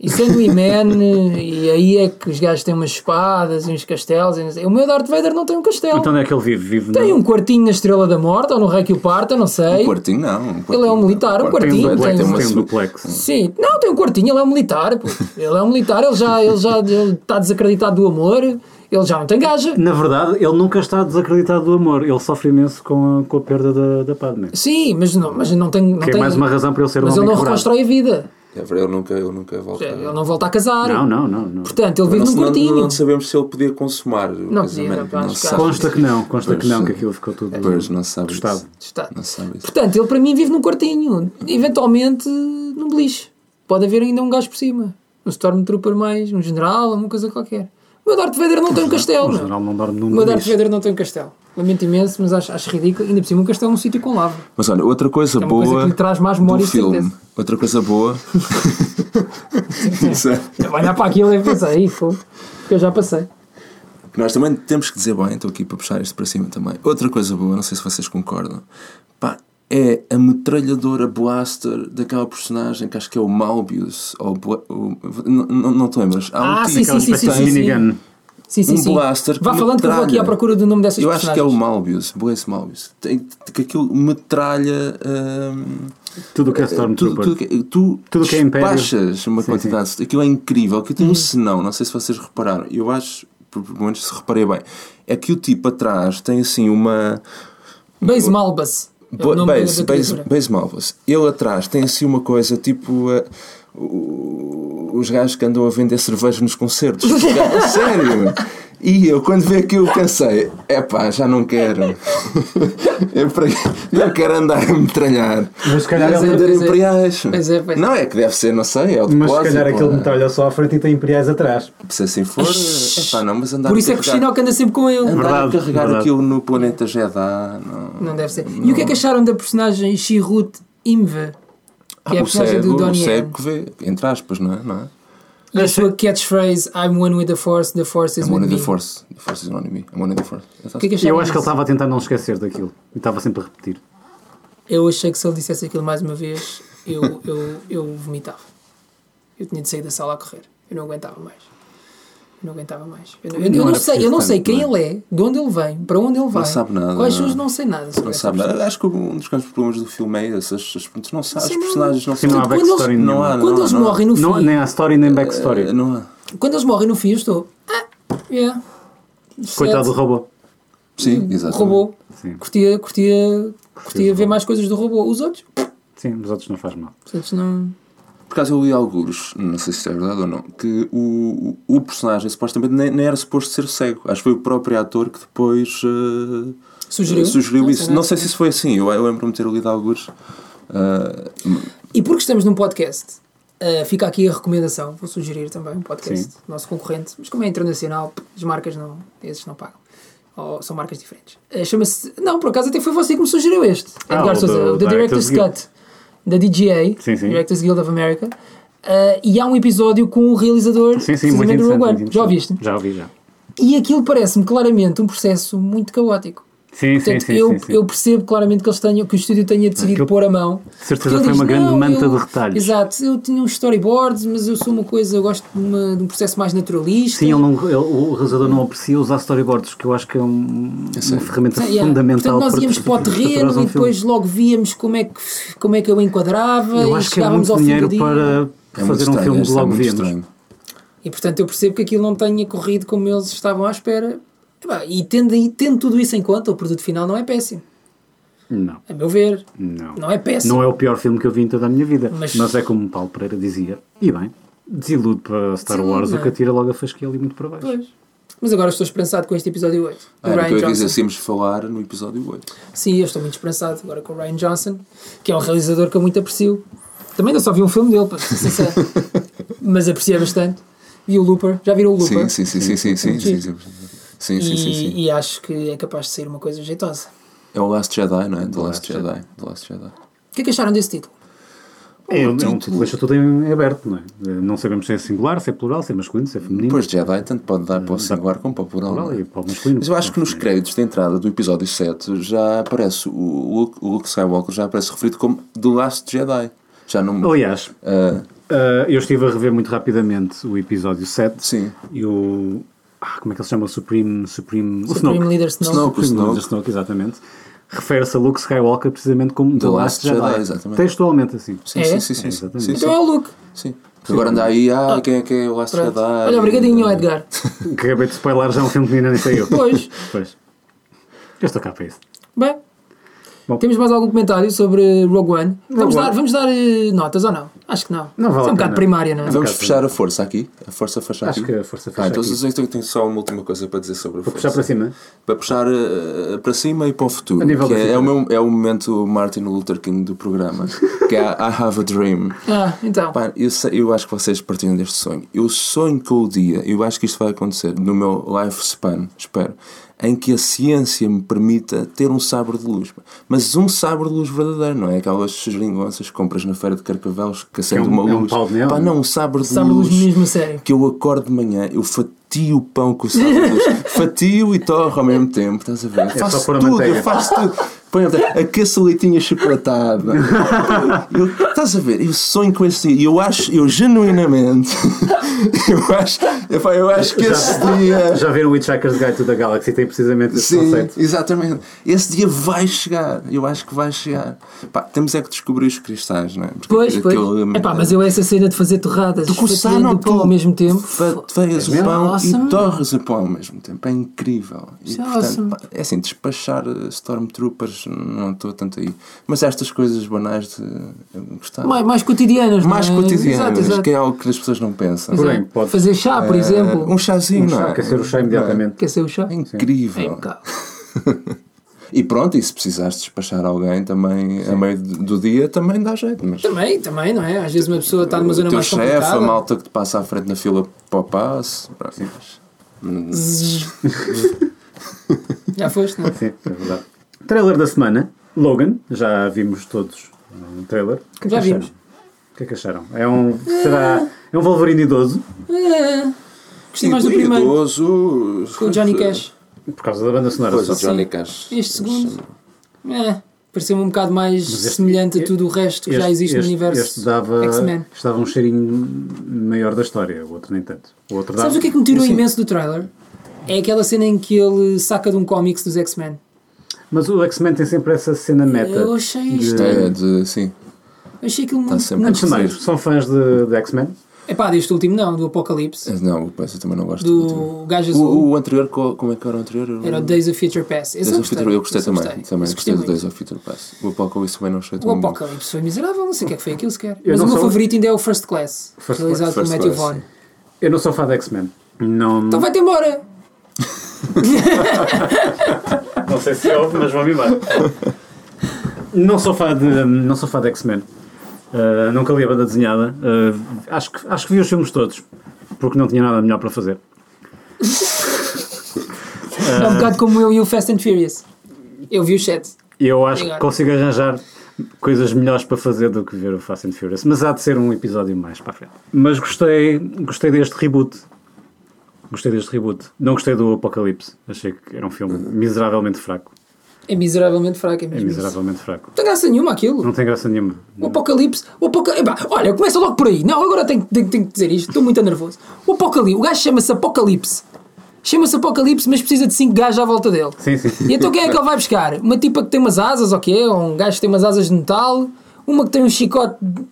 Speaker 3: Isso é no Iman, e aí é que os gajos têm umas espadas e uns castelos. E não sei. O meu Darth Vader não tem um castelo.
Speaker 2: Então onde é que ele vive? Vive
Speaker 3: Tem
Speaker 2: no...
Speaker 3: um quartinho na Estrela da Morte ou no Rei que o Parta, não sei.
Speaker 4: Um quartinho não. um quartinho,
Speaker 3: Ele é um
Speaker 4: não.
Speaker 3: militar, um
Speaker 2: Tem um
Speaker 3: quartinho.
Speaker 2: duplex.
Speaker 3: tem
Speaker 2: Tem,
Speaker 3: uma
Speaker 2: um
Speaker 4: su-
Speaker 2: duplex.
Speaker 3: Sim, não, tem um quartinho, ele é um militar. pô. Ele é um militar, ele já, ele já ele está desacreditado do amor, ele já não tem gaja.
Speaker 2: Na verdade, ele nunca está desacreditado do amor. Ele sofre imenso com a, com a perda da, da Padme.
Speaker 3: Sim, mas não, mas não tem. Não
Speaker 2: Que é
Speaker 3: tem-
Speaker 2: mais uma razão para ele ser um
Speaker 3: mas ele
Speaker 2: homem
Speaker 3: não
Speaker 2: quebrado.
Speaker 3: reconstrói a vida.
Speaker 4: É verdade, ele nunca, ele nunca volta.
Speaker 3: Ele não volta a casar.
Speaker 2: Não, não, não. não.
Speaker 3: Portanto, ele vive
Speaker 4: não,
Speaker 3: num
Speaker 4: não-
Speaker 3: quartinho.
Speaker 4: não sabemos se ele podia consumar o
Speaker 3: Não podia,
Speaker 4: casamento.
Speaker 3: não, acho
Speaker 4: se
Speaker 3: que
Speaker 4: sabe.
Speaker 2: Consta que não, consta que não, que
Speaker 4: sim.
Speaker 2: aquilo ficou tudo.
Speaker 4: Pois, não se sabe.
Speaker 2: Gostado.
Speaker 4: isso.
Speaker 3: Está-
Speaker 4: Não se sabe isso.
Speaker 3: Portanto, ele para mim vive num quartinho, eventualmente num beliche. Pode haver ainda um gajo por cima, um Stormtrooper mais, um general, uma coisa qualquer. O meu Darth Vader não tem um castelo.
Speaker 2: O
Speaker 3: meu.
Speaker 2: general não dorme
Speaker 3: O
Speaker 2: num
Speaker 3: meu Darth
Speaker 2: nariz.
Speaker 3: Vader não tem um castelo. Lamento imenso, mas acho, acho ridículo. Ainda por cima, um castelo é um sítio com lava.
Speaker 4: Mas olha, outra coisa
Speaker 3: É uma
Speaker 4: boa
Speaker 3: coisa que lhe traz mais
Speaker 4: do
Speaker 3: memória e
Speaker 4: filme.
Speaker 3: certeza.
Speaker 4: Outra
Speaker 3: [laughs]
Speaker 4: coisa boa. [laughs] Isso é.
Speaker 3: Eu olhar para aquilo e pensar, aí, pô, que eu já passei.
Speaker 4: Nós também temos que dizer bem, estou aqui para puxar isto para cima também. Outra coisa boa, não sei se vocês concordam, pá, é a metralhadora blaster daquela personagem que acho que é o Malbius, ou Bla- o- não, não, não te lembras? Há um
Speaker 3: Ah,
Speaker 4: tipo-
Speaker 3: sim,
Speaker 2: Aquela
Speaker 3: sim, sim,
Speaker 2: espécie
Speaker 3: sim,
Speaker 2: de
Speaker 3: sim, sim.
Speaker 2: minigun.
Speaker 3: Sim, sim,
Speaker 4: um
Speaker 3: sim.
Speaker 4: blaster
Speaker 3: Vá falando que eu vou aqui à
Speaker 4: metralha.
Speaker 3: procura do nome dessas
Speaker 4: Eu acho
Speaker 3: personagens.
Speaker 4: que é o Malbius, Blaze Malbius. Tem, que aquilo metralha. hum,
Speaker 2: Tudo o que é
Speaker 4: tudo,
Speaker 2: Stormtrooper.
Speaker 4: tudo, que- tu
Speaker 2: Tudo que é Império. Uhum.
Speaker 4: despachas uma quantidade. Aquilo é incrível. Aquilo tem um senão, não sei se vocês repararam. Eu acho, por por menos se reparei bem, é que o tipo atrás tem assim uma.
Speaker 3: Base Malbas. É o
Speaker 4: Bo-
Speaker 3: nome da-
Speaker 4: Base,
Speaker 3: da
Speaker 4: base,
Speaker 3: criatura.
Speaker 4: base Malvas. Ele atrás tem assim uma coisa tipo. eh, o- os gajos que andam a vender cerveja nos
Speaker 3: [laughs]
Speaker 4: concertos. Tipo, Sério! E eu quando vi aquilo pensei, epá, já não
Speaker 3: [laughs]
Speaker 4: quero. Eu para- não quero andar a metralhar.
Speaker 2: Mas se calhar
Speaker 4: Mas
Speaker 2: ele-
Speaker 4: vender
Speaker 3: pois é.
Speaker 4: imperiais.
Speaker 3: Pois é, pois é.
Speaker 4: Não é que deve ser, não sei, é o
Speaker 2: Mas
Speaker 4: depósito.
Speaker 2: se calhar aquele
Speaker 4: pá.
Speaker 2: metralha só à frente e tem imperiais atrás.
Speaker 4: Se assim for, epá, não, mas andar
Speaker 3: Por
Speaker 4: a
Speaker 3: isso é que o
Speaker 4: carregar-
Speaker 3: Shinock anda sempre com ele.
Speaker 4: Andar
Speaker 2: Verdade,
Speaker 4: a carregar
Speaker 2: verdade.
Speaker 4: aquilo no planeta Jedi, não.
Speaker 3: Não deve ser. E o que é que acharam da personagem Shirut Imve? Que é a
Speaker 4: Ah, o
Speaker 3: personagem
Speaker 4: cego,
Speaker 3: do
Speaker 4: o
Speaker 3: Donnie
Speaker 4: cego
Speaker 3: Yen.
Speaker 4: que vê, entre aspas, não é? Não é?
Speaker 3: E a sua catchphrase I'm one with the force, the force is
Speaker 4: I'm one
Speaker 3: with
Speaker 4: of
Speaker 3: me.
Speaker 4: the force. The force is one of me. I'm one of the force.
Speaker 3: O que é que acharam
Speaker 2: Eu acho que ele
Speaker 3: disso?
Speaker 2: estava a tentar não esquecer daquilo. E estava sempre a repetir.
Speaker 3: Eu achei que se ele dissesse aquilo mais uma vez, eu, eu, eu vomitava. Eu tinha de sair da sala a correr. Eu não aguentava mais. Eu não aguentava mais. Eu, não- eu- eu não,
Speaker 4: era
Speaker 3: sei, eu não
Speaker 4: preciso
Speaker 3: sei
Speaker 4: tanto,
Speaker 3: quem
Speaker 4: não
Speaker 3: ele é, de onde ele vem, para onde ele vai.
Speaker 4: sabe
Speaker 3: Quais
Speaker 4: nada, não é?
Speaker 3: são os não sei nada. sobre
Speaker 4: Não
Speaker 3: essa
Speaker 4: sabe
Speaker 3: pessoa.
Speaker 4: nada. Acho que um dos grandes problemas do filme é esse. As, as, tu não sabes,
Speaker 3: Sim,
Speaker 4: os
Speaker 3: não-
Speaker 4: personagens não
Speaker 2: Sim, não há
Speaker 4: sabem.
Speaker 3: quando eles-
Speaker 2: backstory
Speaker 4: Não
Speaker 2: nenhuma.
Speaker 4: há,
Speaker 3: Quando
Speaker 4: não há.
Speaker 3: eles
Speaker 4: não há.
Speaker 3: morrem no fim,
Speaker 2: Não- Nem há story nem backstory.
Speaker 4: Eh, Não há.
Speaker 3: quando eles morrem no fim, eu estou. Ah, yeah.
Speaker 2: Coitado do
Speaker 3: Certo.
Speaker 2: robô.
Speaker 4: Sim,
Speaker 3: Hum,
Speaker 4: exato.
Speaker 3: robô.
Speaker 2: Sim.
Speaker 3: Curtia, curtia, curtia ver mais coisas do robô. Os outros,
Speaker 2: Sim, os outros não faz mal.
Speaker 3: os outros não.
Speaker 4: Por acaso eu li alguns, não sei se é verdade ou não, que o, o o personagem supostamente nem, nem era suposto ser cego. Acho que foi o próprio ator que depois eh,
Speaker 3: Sugeriu?
Speaker 4: sugeriu
Speaker 3: Não sei
Speaker 4: isso.
Speaker 3: nada.
Speaker 4: Não sei se isso foi assim. Eu, eu lembro-me de ter lido alguns.
Speaker 3: E porque estamos num podcast, eh, fica aqui a recomendação. Vou sugerir também um podcast,
Speaker 2: Sim.
Speaker 3: nosso concorrente, mas como é internacional, as marcas não, esses não pagam. Ou são marcas diferentes. Eh, Chama-se. Não, por acaso até foi você que me sugeriu este.
Speaker 2: Ah,
Speaker 3: Edgar
Speaker 2: o
Speaker 3: Sousa,
Speaker 2: do
Speaker 3: o The
Speaker 2: Directors
Speaker 3: Director's Cut, da DGA,
Speaker 2: Sim, sim.
Speaker 3: Directors Guild of America. Eh, e há um episódio com o realizador
Speaker 2: Sim, sim, muito
Speaker 3: precisamente do
Speaker 2: interessante.
Speaker 3: Rogue
Speaker 2: muito
Speaker 3: One. Já ouviste?
Speaker 2: interessante. Já ouvi, já.
Speaker 3: E aquilo parece-me claramente um processo muito caótico.
Speaker 2: Sim, sim,
Speaker 3: Portanto,
Speaker 2: sim.
Speaker 3: eu,
Speaker 2: sim, sim.
Speaker 3: eu percebo claramente que eles tenham, que o estúdio tenha decidido
Speaker 2: Aquilo-
Speaker 3: pôr a mão.
Speaker 2: certeza
Speaker 3: Porque ele
Speaker 2: foi uma grande
Speaker 3: "Não,
Speaker 2: manta
Speaker 3: eu-
Speaker 2: de retalhos."
Speaker 3: Exato, eu tinha um storyboard, mas eu sou uma coisa, eu gosto de, uma- de um processo mais naturalista.
Speaker 2: Sim, é um ele não, ele- o realizador não aprecia usar storyboards, que eu acho que é um- uma ferramenta
Speaker 3: Ah, yeah.
Speaker 2: fundamental
Speaker 3: Portanto, nós íamos
Speaker 2: tu-
Speaker 3: para o
Speaker 2: tu estruturares
Speaker 3: terreno
Speaker 2: um
Speaker 3: e depois
Speaker 2: filme.
Speaker 3: logo víamos como é que, como é que eu enquadrava
Speaker 2: Eu
Speaker 3: e
Speaker 2: acho que é
Speaker 3: chegávamos
Speaker 2: muito
Speaker 3: ao fim
Speaker 2: dinheiro
Speaker 3: do dia.
Speaker 2: para
Speaker 4: É muito
Speaker 2: fazer um
Speaker 4: estranho,
Speaker 2: filme que
Speaker 4: este é
Speaker 2: logo
Speaker 4: muito
Speaker 2: vemos.
Speaker 4: estranho.
Speaker 3: E portanto eu percebo que aquilo não tenha corrido como eles estavam à espera. E, pá, E tendo, e tendo tudo isso em conta, o produto final não é péssimo,
Speaker 2: Não,
Speaker 3: a meu ver.
Speaker 2: não.
Speaker 3: Não é péssimo.
Speaker 2: Não é o pior filme que eu vi em toda a minha vida.
Speaker 3: Mas-
Speaker 2: Mas, é como o Paulo Pereira dizia, e bem, desilude para Star
Speaker 3: Desilude,
Speaker 2: Wars,
Speaker 3: não é?
Speaker 2: o que atira logo a fasquia ali muito para baixo.
Speaker 3: Pois. Mas agora estou esperançado com este episódio 8.
Speaker 4: Ah, era o que eu ia dizer, se íamos falar no episódio 8.
Speaker 3: Sim, eu estou muito esperançado agora com o Ryan Johnson, que é um realizador que eu muito aprecio. Também eu só vi um filme dele, para ser sincero.
Speaker 4: [laughs]
Speaker 3: Mas apreciei bastante. Vi o Looper. Já viram o
Speaker 4: Sim,
Speaker 3: Looper?
Speaker 4: sim, sim, sim, sim, sim, sim, sim. Sim,
Speaker 3: E,
Speaker 4: sim, sim, sim.
Speaker 3: e acho que é capaz de sair uma coisa jeitosa.
Speaker 4: É o Last Jedi, não é? The
Speaker 2: Last
Speaker 4: Last Jedi. The Last Jedi.
Speaker 3: O que é que acharam desse título?
Speaker 2: É, é um
Speaker 4: título.
Speaker 2: título que deixa tudo em aberto, não é? Eh, Não sabemos se é singular, se é plural, se é masculino, se é feminino.
Speaker 4: Depois Jedi tanto pode dar para o singular como para o plural.
Speaker 2: plural
Speaker 4: não
Speaker 2: e
Speaker 4: é?
Speaker 2: para o masculino.
Speaker 4: Mas eu acho que nos créditos de entrada do episódio 7 já aparece o Luke, o Luke Skywalker já aparece referido como The Last Jedi. Já não.
Speaker 2: Aliás,
Speaker 4: Ah,
Speaker 2: ah, eu estive a rever muito rapidamente o episódio 7
Speaker 4: sim.
Speaker 2: e o. Ah, como é que ele se chama? O Supreme. Supreme, o
Speaker 3: Supreme
Speaker 2: Snoke.
Speaker 3: Leader Snoke.
Speaker 4: Snoke.
Speaker 2: Supreme Leader Snoke, exatamente. Refere-se a Luke Skywalker precisamente como The, Last Jedi.
Speaker 4: exatamente.
Speaker 2: Textualmente assim.
Speaker 4: Sim,
Speaker 3: É?
Speaker 4: sim, sim, sim.
Speaker 2: É,
Speaker 4: sim,
Speaker 2: exatamente.
Speaker 4: sim,
Speaker 3: Então é o Luke.
Speaker 4: sim. Agora anda aí, ah, quem é que é o Last
Speaker 3: Pronto.
Speaker 4: Jedi?
Speaker 3: Olha, obrigadinho,
Speaker 4: [laughs]
Speaker 3: Edgar.
Speaker 2: Que [laughs] acabei de [laughs] spoiler já um filme que ainda nem saiu.
Speaker 3: Pois.
Speaker 2: Pois. Eu estou cá para isso.
Speaker 3: Bem,
Speaker 2: Bom.
Speaker 3: Temos mais algum comentário sobre Rogue One?
Speaker 2: Rogue
Speaker 3: vamos, dar,
Speaker 2: One.
Speaker 3: vamos dar eh, notas ou não? Acho que não.
Speaker 2: Não vale
Speaker 3: Isso é
Speaker 2: a
Speaker 3: um bocado
Speaker 2: pena.
Speaker 3: primária, não é?
Speaker 4: Vamos
Speaker 2: bocado
Speaker 4: fechar a força aqui. A força fecha
Speaker 2: Acho
Speaker 4: aqui.
Speaker 2: que a força fecha
Speaker 4: Ah, então
Speaker 2: aqui.
Speaker 4: eu tenho- tenho só uma última coisa para dizer sobre a
Speaker 2: Vou
Speaker 4: força.
Speaker 2: puxar para cima.
Speaker 4: Para puxar eh, para cima e para o futuro.
Speaker 2: A nível
Speaker 4: que
Speaker 2: do
Speaker 4: é,
Speaker 2: futuro.
Speaker 4: é o meu, é o momento Martin Luther King do programa. que é I Have a Dream.
Speaker 3: Ah, então.
Speaker 4: Pá, eu, sei- eu acho que vocês partilham deste sonho. Eu sonho com o dia, eu acho que isto vai acontecer no meu lifespan, espero, em que a ciência me permita ter um sabre de luz. Mas um sabre de luz verdadeiro, não é aquelas seringonças que compras na feira de Carcavelos que acende
Speaker 2: É um-
Speaker 4: uma
Speaker 2: é um
Speaker 4: luz.
Speaker 2: pau de neon.
Speaker 4: Pá, não, um sabre de
Speaker 3: Sabe
Speaker 4: luz.
Speaker 3: luz mesmo a sério.
Speaker 4: Que eu acordo de manhã, eu fatio o pão com o sabre de luz. fatio e torro ao mesmo tempo, estás a ver? faço
Speaker 2: É só pôr a
Speaker 4: tudo,
Speaker 2: manteiga.
Speaker 4: eu faço tudo. Põe a manteiga, aqueça o leitinho achocolatado. Eu, estás a ver? Eu sonho com esse dia. E eu acho, eu genuinamente, [laughs] eu acho, epá, eu acho que esse dia.
Speaker 2: Já viram o Hitchhiker's Guide to the Galaxy? Tem precisamente esse
Speaker 4: Sim,
Speaker 2: conceito.
Speaker 4: exatamente. Esse dia vai chegar. Eu acho que vai chegar. Pá, temos é que descobrir os cristais, não é? Porque
Speaker 3: Pois, pois.
Speaker 4: aquele- eh,
Speaker 3: Epá, mas eu essa cena de fazer torradas
Speaker 4: Tu
Speaker 3: fatiando
Speaker 4: coçaram
Speaker 3: o pão ao mesmo tempo. é
Speaker 4: Feias
Speaker 2: É
Speaker 4: o pão
Speaker 3: Awesome.
Speaker 4: e torres o pão ao mesmo tempo. É incrível. E,
Speaker 3: Isso é
Speaker 4: portanto,
Speaker 3: awesome.
Speaker 4: pá, é assim, despachar eh, Stormtroopers, não estou tanto aí. Mas estas coisas banais de eu gostava.
Speaker 3: Mais, mais cotidianas, não
Speaker 4: mais
Speaker 3: é?
Speaker 4: cotidianas,
Speaker 3: Exato, exato.
Speaker 4: que é algo que as pessoas não pensam. Eh,
Speaker 2: Porém,
Speaker 3: Exato.
Speaker 2: pode-
Speaker 3: Fazer chá, por exemplo.
Speaker 4: Um chazinho, não é?
Speaker 2: Aquecer o chá
Speaker 4: Não
Speaker 2: imediatamente.
Speaker 3: Quer ser o chá?
Speaker 4: é? É incrível. e pronto, e se precisares despachar alguém também a meio do do dia, também dá jeito. Mas
Speaker 3: Também, também, não é? Às vezes uma pessoa está numa
Speaker 4: o
Speaker 3: zona
Speaker 4: teu
Speaker 3: mais
Speaker 4: chefe, a
Speaker 3: complicada.
Speaker 4: malta que te passa à frente na fila para o passe. pronto, mas-
Speaker 3: Já foste,
Speaker 4: [laughs]
Speaker 3: não é?
Speaker 2: Sim, é verdade. Trailer da semana. Logan. Já vimos todos um trailer. O que é que
Speaker 3: Já
Speaker 2: acharam?
Speaker 3: vimos.
Speaker 2: O que é que acharam? É um, será, é um Wolverine idoso,
Speaker 3: Ah, Gostei mais do
Speaker 4: E
Speaker 3: primeiro,
Speaker 4: Tipo, idoso,
Speaker 3: com o Johnny Cash.
Speaker 2: por causa da banda sonora
Speaker 4: Pois,
Speaker 2: só.
Speaker 4: o Johnny
Speaker 3: Sim.
Speaker 4: Cash.
Speaker 3: Este segundo, é, pareceu-me um bocado mais semelhante a tudo o resto que já existe no
Speaker 2: este-
Speaker 3: universo
Speaker 2: Este dava,
Speaker 3: X-Men.
Speaker 2: este dava um cheirinho maior da história, o outro nem tanto. O outro dava,
Speaker 3: Sabes o que é que me tirou imenso do trailer? É aquela cena em que ele saca de um cómics dos X-Men.
Speaker 2: Mas o X-Men tem sempre essa cena meta.
Speaker 3: Eu achei isto.
Speaker 2: de-
Speaker 4: É, de, sim.
Speaker 3: Eu achei aquilo muito.
Speaker 4: sempre
Speaker 3: muito...
Speaker 2: Antes de mais, são fãs de, de X-Men?
Speaker 3: Epá, deste último não, do Apocalipse,
Speaker 4: Eh, Não, pois, eu também não gosto muito.
Speaker 3: do gajo azul.
Speaker 4: É, O, o anterior, qual- como é que era o anterior?
Speaker 3: Era o Days of Future Past. Esse
Speaker 4: Days of Future- eu gostei
Speaker 3: esse
Speaker 4: também. também
Speaker 3: Esse
Speaker 4: gostei do
Speaker 3: muito.
Speaker 4: Days of Future Pass. O Apocalipse também não gostei
Speaker 3: O
Speaker 4: tão muito.
Speaker 3: Apocalipse foi miserável, não sei o que é que foi aquilo sequer.
Speaker 2: Eu
Speaker 3: Mas
Speaker 2: não
Speaker 3: o meu
Speaker 2: sou-
Speaker 3: favorito ainda é o First Class,
Speaker 2: First
Speaker 3: realizado
Speaker 4: Class,
Speaker 3: pelo
Speaker 4: First
Speaker 3: Matthew
Speaker 4: Class,
Speaker 3: Vaughn.
Speaker 2: Eu não sou fã de X-Men. Não,
Speaker 3: Então vai-te embora!
Speaker 2: não sei se ouve, mas vão embora. não sou fã de, não sou fã de X-Men. Ah, nunca li a banda desenhada. Ah, acho, que, acho que vi os filmes todos, porque não tinha nada melhor para fazer.
Speaker 3: É
Speaker 4: Ah.
Speaker 3: um bocado como eu e o Fast and Furious. Eu vi o chat.
Speaker 2: E eu acho
Speaker 3: Obrigado.
Speaker 2: que consigo arranjar coisas melhores para fazer do que ver o Fast and Furious. Mas há de ser um episódio mais para a frente. Mas gostei, gostei deste reboot. Gostei deste reboot. Não gostei do Apocalipse. Achei que era um filme miseravelmente fraco.
Speaker 3: É miseravelmente fraco, é
Speaker 2: É
Speaker 3: mesmo. isso.
Speaker 2: miseravelmente fraco.
Speaker 3: Não tem graça nenhuma aquilo.
Speaker 2: Não tem graça nenhuma.
Speaker 3: O Apocalipse, o Apocalipse. Epá, olha, começa logo por aí. Não, agora tenho, tenho, tenho que dizer isto, estou muito nervoso. O Apocalipse, o gajo chama-se Apocalipse. Chama-se Apocalipse, mas precisa de 5 gajos à volta dele.
Speaker 2: Sim, sim.
Speaker 3: E então quem é que ele vai buscar? Uma tipa que tem umas asas, ok? Ou um gajo que tem umas asas de metal, uma que tem um chicote. de-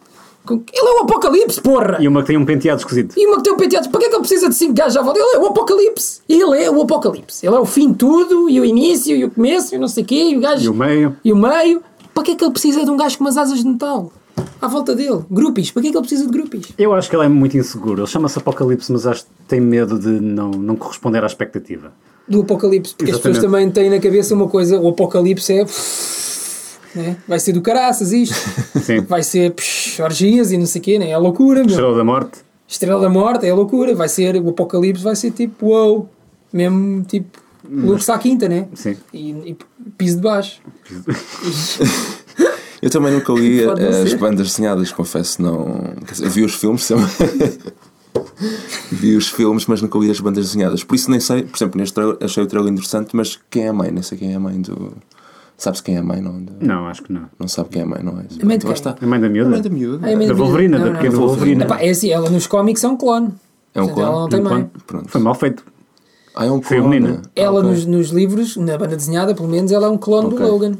Speaker 3: com- Ele é o Apocalipse, porra!
Speaker 2: E uma que tem um penteado esquisito.
Speaker 3: E uma que tem um penteado. Para que é que ele precisa de 5 gajos à volta? Ele é o Apocalipse! Ele é o Apocalipse. Ele é o fim de tudo, e o início, e o começo, e não sei o quê, e o gajo
Speaker 2: E o meio.
Speaker 3: e o meio. Para que é que ele precisa de um gajo com umas asas de metal? À volta dele. Grupis. Para que é que ele precisa de grupis?
Speaker 2: Eu acho que ele é muito inseguro. Ele chama-se Apocalipse, mas acho que tem medo de não, não corresponder à expectativa.
Speaker 3: Do apocalipse. Porque as pessoas também
Speaker 2: Exatamente.
Speaker 3: têm na cabeça uma coisa. O apocalipse é... né? Vai ser do caraças isto.
Speaker 2: Sim.
Speaker 3: Vai ser psh, orgias e não sei o quê. Né? É loucura, meu.
Speaker 2: Estrela da Morte.
Speaker 3: Estrela da Morte é loucura. Vai ser... O apocalipse vai ser tipo... Uou. Mesmo tipo... Luxo à quinta, né?
Speaker 2: Sim.
Speaker 3: E, e piso de baixo.
Speaker 4: Eu também nunca
Speaker 3: [laughs]
Speaker 4: li eh,
Speaker 3: Pode não
Speaker 4: as
Speaker 3: ser.
Speaker 4: bandas desenhadas, confesso, não. Quer dizer, vi os filmes também. [laughs] vi os filmes, mas nunca li as bandas desenhadas. Por isso nem sei, por exemplo, neste trailer, achei o trailer interessante, mas quem é a mãe? Nem sei quem é a mãe do. Sabes quem é a mãe? Não,
Speaker 2: Não, acho que não.
Speaker 4: não sabe quem é a mãe, não é?
Speaker 3: A mãe de quem?
Speaker 4: Lá está.
Speaker 2: A mãe da
Speaker 4: A
Speaker 2: miúda.
Speaker 4: mãe da miúda.
Speaker 3: Ai, É a mãe
Speaker 2: Da
Speaker 3: miúda.
Speaker 2: Wolverina,
Speaker 3: Não,
Speaker 2: da
Speaker 3: não.
Speaker 2: pequena Wolverina.
Speaker 3: Epá, é assim. Ela nos cómics é um clone.
Speaker 4: É um
Speaker 3: Portanto, Ela não
Speaker 4: clone.
Speaker 3: tem mãe.
Speaker 2: Pronto.
Speaker 4: Pronto.
Speaker 2: Foi mal feito.
Speaker 4: Ah, é um
Speaker 2: Foi a
Speaker 4: clone.
Speaker 2: menina.
Speaker 4: Ah,
Speaker 3: Ela
Speaker 4: ok.
Speaker 3: nos, nos livros, na banda desenhada, pelo menos, ela é um clone
Speaker 4: Ok.
Speaker 3: do Logan.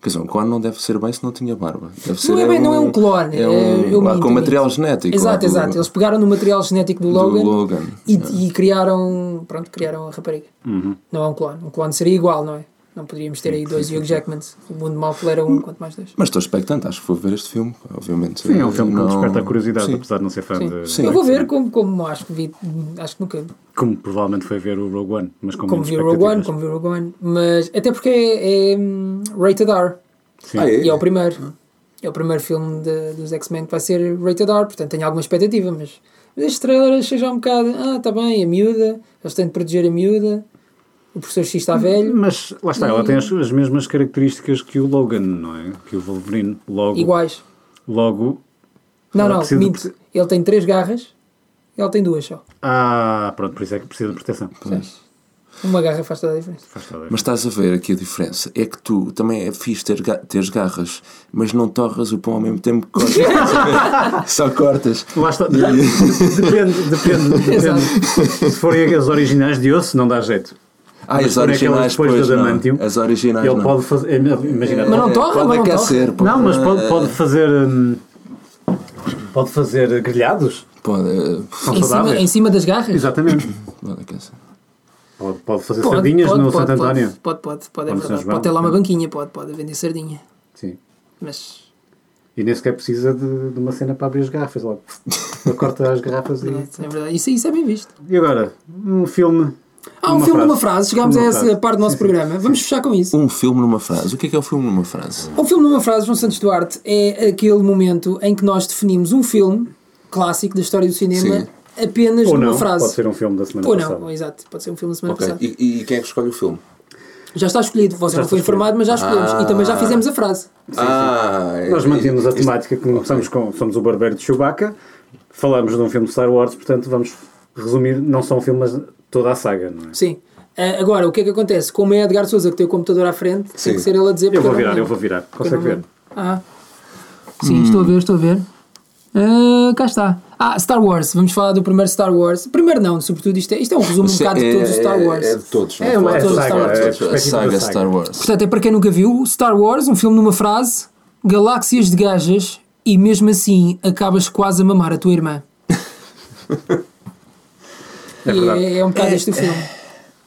Speaker 4: Quer dizer, um clone não deve ser bem se não tinha barba. Deve ser
Speaker 3: é bem, não é um clone,
Speaker 4: É
Speaker 3: é-
Speaker 4: um,
Speaker 3: eu
Speaker 4: lá,
Speaker 3: minto,
Speaker 4: com
Speaker 3: eu
Speaker 4: material
Speaker 3: minto.
Speaker 4: genético. lá
Speaker 3: exato,
Speaker 4: do-
Speaker 3: exato. Eles pegaram no material genético do Logan,
Speaker 4: Logan, Uhum.
Speaker 3: E, e criaram. Pronto, criaram a rapariga. Não é um clone. Um clone seria igual, não é? Não poderíamos ter aí dois Hugh Jackman. O mundo Marvel era um, quanto mais dois.
Speaker 4: Mas estou expectante, acho que vou ver este filme, obviamente.
Speaker 2: Sim, é um filme que me
Speaker 4: Não-
Speaker 2: desperta a curiosidade,
Speaker 4: Sim.
Speaker 2: apesar de não ser fã
Speaker 3: Sim.
Speaker 2: de.
Speaker 4: Sim.
Speaker 2: Black
Speaker 3: Eu vou ver
Speaker 2: Swan.
Speaker 3: como, como acho que vi, acho que nunca
Speaker 2: Como provavelmente foi ver o Rogue One, mas com
Speaker 3: como
Speaker 2: menos
Speaker 3: vi o Rogue One,
Speaker 2: expectativas.
Speaker 3: como vi o Rogue One, mas até porque é, é, hum, rated R
Speaker 2: Sim.
Speaker 4: Ah, é?
Speaker 3: e é o primeiro. É o primeiro filme de- dos X-Men que vai ser rated R, portanto tenho alguma expectativa, mas, mas este trailer achei já um bocado, ah, está bem, a miúda, eles têm de proteger a miúda, o professor X está velho,
Speaker 2: Mas lá está, ela tem
Speaker 3: Hum.
Speaker 2: as, as mesmas características que o Logan, não é? Que o Wolverine. Logo,
Speaker 3: iguais.
Speaker 2: logo.
Speaker 3: Não,
Speaker 2: Ela
Speaker 3: não,
Speaker 2: precisa de
Speaker 3: minto. Ele tem três garras, ele tem duas só.
Speaker 2: Ah, pronto, por isso é que precisa de proteção.
Speaker 3: Uma garra faz toda a diferença.
Speaker 2: Faz toda a-
Speaker 4: Mas estás a ver aqui a diferença. É que tu também é fixe ter ga- teres garras, mas não torras o pão ao mesmo tempo que
Speaker 3: [laughs]
Speaker 4: cortas. Só cortas.
Speaker 2: Lá está. depende, depende,
Speaker 3: [laughs] Exato.
Speaker 2: depende. Se forem as originais de osso, não dá jeito.
Speaker 4: Ah, as
Speaker 2: se forem
Speaker 4: originais,
Speaker 2: aquelas depois
Speaker 4: pois
Speaker 2: do
Speaker 4: não.
Speaker 2: adamantium,
Speaker 4: As originais,
Speaker 2: Ele
Speaker 4: não.
Speaker 2: pode fazer. Imagina,
Speaker 3: Mas não
Speaker 4: É,
Speaker 3: torra, mas
Speaker 4: pode
Speaker 3: não torra.
Speaker 4: aquecer. pode-
Speaker 2: Não, mas pode,
Speaker 4: eh,
Speaker 2: pode fazer. hum, pode fazer grelhados.
Speaker 4: Pode, eh,
Speaker 2: São
Speaker 3: Em cima,
Speaker 2: saudáveis.
Speaker 3: em cima das garras?
Speaker 2: Exatamente.
Speaker 4: pode aquecer.
Speaker 2: Pode, pode fazer sardinhas no Santo António.
Speaker 3: Pode, pode, pode, pode, é
Speaker 2: Ou no São
Speaker 3: verdade.
Speaker 2: João,
Speaker 3: Pode ter lá uma
Speaker 2: sim.
Speaker 3: banquinha, pode, pode vender sardinha.
Speaker 2: Sim.
Speaker 3: Mas
Speaker 2: E nem sequer precisa de, de uma cena para abrir as garrafas
Speaker 3: [laughs]
Speaker 2: logo. Ele corta as garrafas
Speaker 3: é,
Speaker 2: e.
Speaker 3: é verdade, isso, isso é bem visto.
Speaker 2: E agora? Um filme.
Speaker 3: Ah, um
Speaker 2: Uma
Speaker 3: filme,
Speaker 2: frase.
Speaker 3: uma frase, chegámos
Speaker 2: Uma
Speaker 3: a essa
Speaker 2: frase.
Speaker 3: parte do nosso programa. Vamos fechar com isso.
Speaker 4: Um filme numa frase. O que é que é o filme numa frase?
Speaker 3: Um filme numa frase, João Santos Duarte, é aquele momento em que nós definimos um filme clássico da história do cinema apenas
Speaker 2: Ou
Speaker 3: numa
Speaker 2: não,
Speaker 3: frase.
Speaker 2: pode ser um filme da semana
Speaker 3: Ou
Speaker 2: passada.
Speaker 3: não, ou exato, pode ser um filme da semana
Speaker 4: Ok.
Speaker 3: passada.
Speaker 4: E, e quem é que escolhe o filme?
Speaker 3: Já está escolhido, você
Speaker 2: Já
Speaker 3: não foi
Speaker 2: está
Speaker 3: informado, mas já escolhemos. E também já fizemos a frase.
Speaker 4: ah, é-
Speaker 2: Nós mantemos a
Speaker 4: isto-
Speaker 2: temática que começamos com Somos o Barbeiro de Chewbacca, falamos de um filme de Star Wars, portanto vamos resumir não só um filme, mas toda a saga, não é?
Speaker 3: Sim. Ah, agora, o que é que acontece? Como é Edgar Souza que tem o computador à frente,
Speaker 4: Sim.
Speaker 3: tem que ser ele a dizer
Speaker 2: Eu
Speaker 3: porque
Speaker 2: vou
Speaker 3: não
Speaker 2: virar,
Speaker 3: lembro.
Speaker 2: eu vou virar.
Speaker 3: Eu não
Speaker 2: Consegue ver?
Speaker 3: lembro. Ah. Sim, estou a ver, estou a ver. Ah, cá está. Ah, Star Wars. Vamos falar do primeiro Star Wars. Primeiro não, sobretudo isto é, isto é um resumo um
Speaker 4: Isto
Speaker 3: bocado de todos os Star Wars.
Speaker 4: É, é de todos. não
Speaker 2: É uma-
Speaker 4: Fala
Speaker 2: é
Speaker 4: de todos os
Speaker 2: saga,
Speaker 4: Star Wars.
Speaker 2: é
Speaker 4: todos. a
Speaker 2: perspectiva
Speaker 4: saga
Speaker 2: da
Speaker 4: Star
Speaker 2: saga.
Speaker 4: Wars.
Speaker 3: Portanto, é para quem nunca viu, Star Wars, um filme numa frase, galáxias de gajas e mesmo assim acabas quase a mamar a tua irmã.
Speaker 2: É
Speaker 3: e
Speaker 2: verdade.
Speaker 3: é, é um bocado este o filme.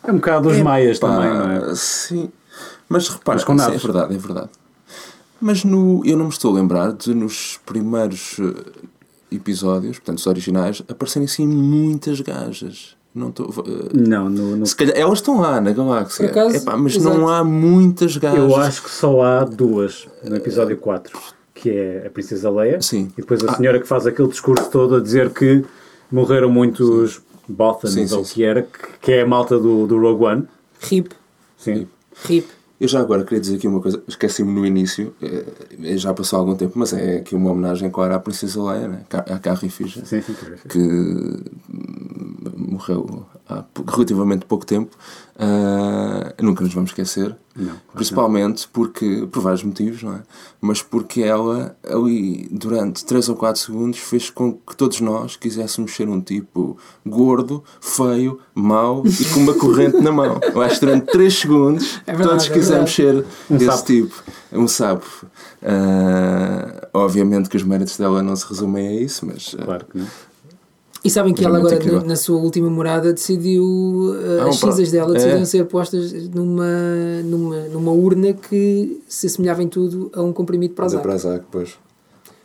Speaker 2: É um bocado os maias
Speaker 4: Pá,
Speaker 2: também, não é?
Speaker 4: Sim. Mas repara,
Speaker 2: Mas com
Speaker 4: sim, é
Speaker 2: naves.
Speaker 4: verdade, é verdade. Mas no, eu não me estou a lembrar de nos primeiros eh, episódios, portanto os originais, aparecerem assim muitas gajas. Não estou. eh,
Speaker 2: Não, no, no-
Speaker 4: se calhar elas estão lá na galáxia.
Speaker 3: Por acaso,
Speaker 4: Epá, mas
Speaker 3: exato.
Speaker 4: não há muitas gajas.
Speaker 2: eu acho que só há duas no episódio 4, que é a Princesa Leia
Speaker 4: Sim. Ah.
Speaker 2: e depois a senhora que faz aquele discurso todo a dizer que morreram muitos Bothans
Speaker 4: Sim, sim,
Speaker 2: ou o
Speaker 4: sim.
Speaker 2: que era, que, que é a malta do, do Rogue One.
Speaker 3: Rip,
Speaker 2: Sim.
Speaker 3: rip.
Speaker 4: Eu já agora queria dizer aqui uma coisa, esqueci-me no início, eh, já passou algum tempo, mas é aqui uma homenagem, claro, à Princesa Leia, né? Ca- à Carrie Fisher.
Speaker 2: Sim, sim, sim.
Speaker 4: que hum, morreu há pou- relativamente pouco tempo, ah, nunca nos vamos esquecer. principalmente porque, por vários motivos, não é? Mas porque ela, ali, durante 3 ou 4 segundos, fez com que todos nós quiséssemos ser um tipo gordo, feio, mau e com uma corrente na mão. Eu acho que durante 3 segundos
Speaker 3: É verdade,
Speaker 4: todos
Speaker 3: é
Speaker 4: quisemos ser desse
Speaker 2: sapo.
Speaker 4: tipo. Um sapo. Ah, obviamente que os méritos dela não se resumem a isso, mas. ah,
Speaker 2: Claro que não.
Speaker 3: E sabem que
Speaker 4: Mas é
Speaker 3: ela
Speaker 4: muito
Speaker 3: agora,
Speaker 4: incrível.
Speaker 3: na, na sua última morada, decidiu. uh,
Speaker 4: Ah,
Speaker 3: as
Speaker 4: um pro-
Speaker 3: cinzas dela
Speaker 4: é.
Speaker 3: decidiram ser postas numa, numa, numa urna que se assemelhava em tudo a um comprimido para
Speaker 4: Da
Speaker 3: azar.
Speaker 4: Prozac, pois.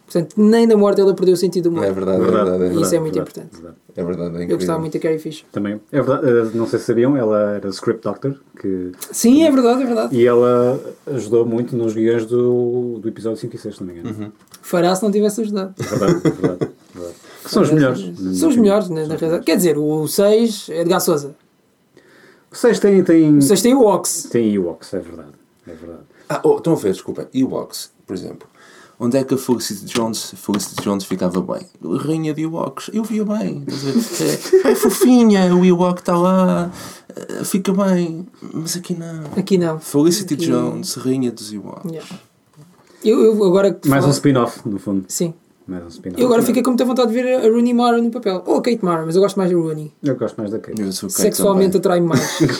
Speaker 3: Portanto, nem na morte ela perdeu o sentido do humor.
Speaker 4: É verdade, é verdade. É
Speaker 3: Isso
Speaker 4: verdade,
Speaker 3: é muito
Speaker 2: verdade,
Speaker 3: importante.
Speaker 2: verdade.
Speaker 4: é verdade, é
Speaker 3: Eu
Speaker 4: incrível.
Speaker 3: gostava muito da Carrie Fisher.
Speaker 2: Também. É verdade, eh, não sei se sabiam, ela era script doctor que,
Speaker 3: Sim, é verdade, é verdade.
Speaker 2: e ela ajudou muito nos guiões do, do episódio 5 e 6, se não me engano.
Speaker 4: Uhum.
Speaker 3: Fará se não tivesse ajudado.
Speaker 2: É verdade, é verdade, é verdade. Que são os melhores.
Speaker 3: São os melhores, né, na, na realidade. Quer dizer, o 6 é Edgar Souza.
Speaker 2: O 6 tem, tem,
Speaker 3: O 6 tem o Ox.
Speaker 2: tem Ewoks, é verdade. É verdade.
Speaker 4: Ah, oh, estão a ver, desculpa. Ewoks, por exemplo. Onde é que a Felicity Jones, Felicity Jones ficava bem? Rainha de Ewoks. Eu via bem. Estás a ver? É, é fofinha, o Ewok está lá, eh, fica bem. Mas aqui não.
Speaker 3: Aqui não.
Speaker 4: Felicity
Speaker 3: Aqui-
Speaker 4: Jones, rainha dos Ewoks.
Speaker 3: Yeah. Eu, eu agora. que
Speaker 2: Mais um
Speaker 3: falo-
Speaker 2: spin-off, no fundo.
Speaker 3: Sim.
Speaker 2: Mais um spin-off.
Speaker 3: Eu agora fico com muita vontade de ver a Rooney Mara no papel. Ou a Kate Mara, mas eu gosto mais da Rooney.
Speaker 2: Eu gosto mais da Kate.
Speaker 4: Eu sou Kate
Speaker 3: Sexualmente atrai-me mais.
Speaker 4: também.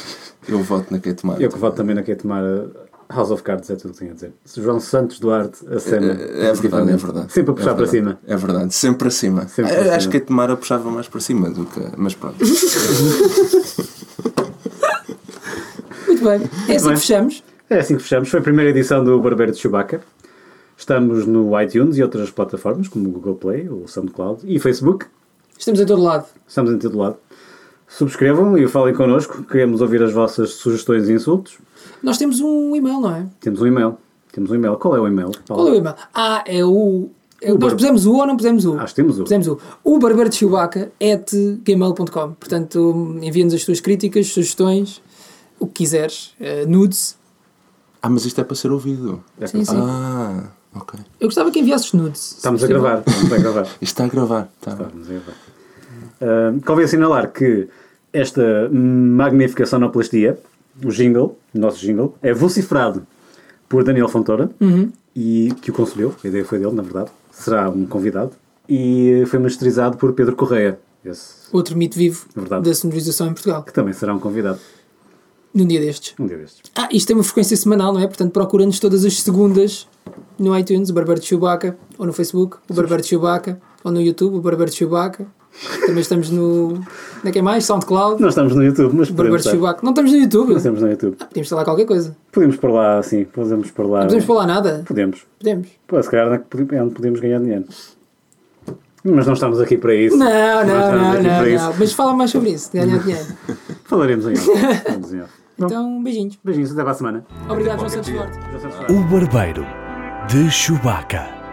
Speaker 4: Eu voto na Kate Mara.
Speaker 2: Eu que voto também na Kate Mara. House of Cards é tudo o que tenho a dizer. João Santos Duarte, a cena.
Speaker 4: É verdade, é verdade.
Speaker 2: Sempre a puxar
Speaker 4: É
Speaker 2: para
Speaker 4: verdade.
Speaker 2: cima.
Speaker 4: É verdade, sempre para cima.
Speaker 2: Sempre
Speaker 4: Ah,
Speaker 2: para
Speaker 4: Acho
Speaker 2: cima.
Speaker 4: que a Temara puxava mais para cima do que. Mas pronto.
Speaker 3: Muito bem. É assim
Speaker 2: bem.
Speaker 3: É que fechamos.
Speaker 2: É assim que fechamos. Foi a primeira edição do Barbeiro de Chewbacca. Estamos no iTunes e outras plataformas, como o Google Play, o SoundCloud e Facebook.
Speaker 3: Estamos em todo lado.
Speaker 2: Estamos em todo lado. Subscrevam e falem connosco. Queremos ouvir as vossas sugestões e insultos.
Speaker 3: Nós temos um e-mail, não é?
Speaker 2: Temos um e-mail. Temos um e-mail. Qual é o e-mail? Paulo?
Speaker 3: Qual é o e-mail? Ah, é o. é-
Speaker 2: O
Speaker 3: nós
Speaker 2: barbe-
Speaker 3: pusemos o ou não pusemos o?
Speaker 2: Acho que temos o.
Speaker 3: Pusemos o. O barbeiro de Chewbacca at gmail.com. Portanto, envia-nos as tuas críticas, sugestões, o que quiseres. eh, nudes.
Speaker 4: Ah, mas isto é para ser ouvido.
Speaker 2: É
Speaker 3: Sim, sim.
Speaker 4: Ah, ok.
Speaker 3: Eu gostava que enviasses nudes.
Speaker 2: Estamos a
Speaker 3: Isto é bom.
Speaker 2: gravar. Estamos a gravar.
Speaker 4: Isto está a gravar. Tá.
Speaker 2: Estamos a gravar. Ah, convém assinalar que esta magnífica sonoplastia, o jingle, o nosso jingle, é vocifrado por Daniel Fontoura
Speaker 3: Uhum.
Speaker 2: e que o concebeu, a ideia foi dele, na verdade, será um convidado, e foi masterizado por Pedro Correia, esse
Speaker 3: Outro mito vivo
Speaker 2: Verdade.
Speaker 3: da sonorização em Portugal.
Speaker 2: que também será um convidado
Speaker 3: Num dia destes.
Speaker 2: um dia destes.
Speaker 3: Ah, isto tem uma frequência semanal, não é? Portanto, procura-nos todas as segundas no iTunes, o Barbeiro de Chewbacca, ou no Facebook, o Barbeiro de Chewbacca, ou no YouTube, o Barbeiro de Chewbacca. Também estamos no. Onde é que é mais? Soundcloud,
Speaker 2: Não estamos no YouTube, mas
Speaker 3: Barbeiro
Speaker 2: podemos
Speaker 3: de
Speaker 2: estar. Não
Speaker 3: Chewbacca. Não estamos no YouTube.
Speaker 2: estamos no YouTube.
Speaker 3: Podemos falar qualquer coisa.
Speaker 2: Podemos por lá, sim, podemos por lá.
Speaker 3: Não podemos falar nada.
Speaker 2: Podemos.
Speaker 3: Podemos.
Speaker 2: Pô, se calhar é onde podemos ganhar dinheiro. Mas não estamos aqui para isso.
Speaker 3: Não, não,
Speaker 2: estamos
Speaker 3: não,
Speaker 2: aqui para isso.
Speaker 3: não, não. Mas fala mais sobre isso, de ganhar dinheiro.
Speaker 2: Falaremos em off. Falaremos em off. Bom,
Speaker 3: Então, beijinhos.
Speaker 2: Beijinhos, até para a semana.
Speaker 3: Obrigado, João Santos Forte.
Speaker 2: Até a semana.
Speaker 1: O Barbeiro de Chewbacca.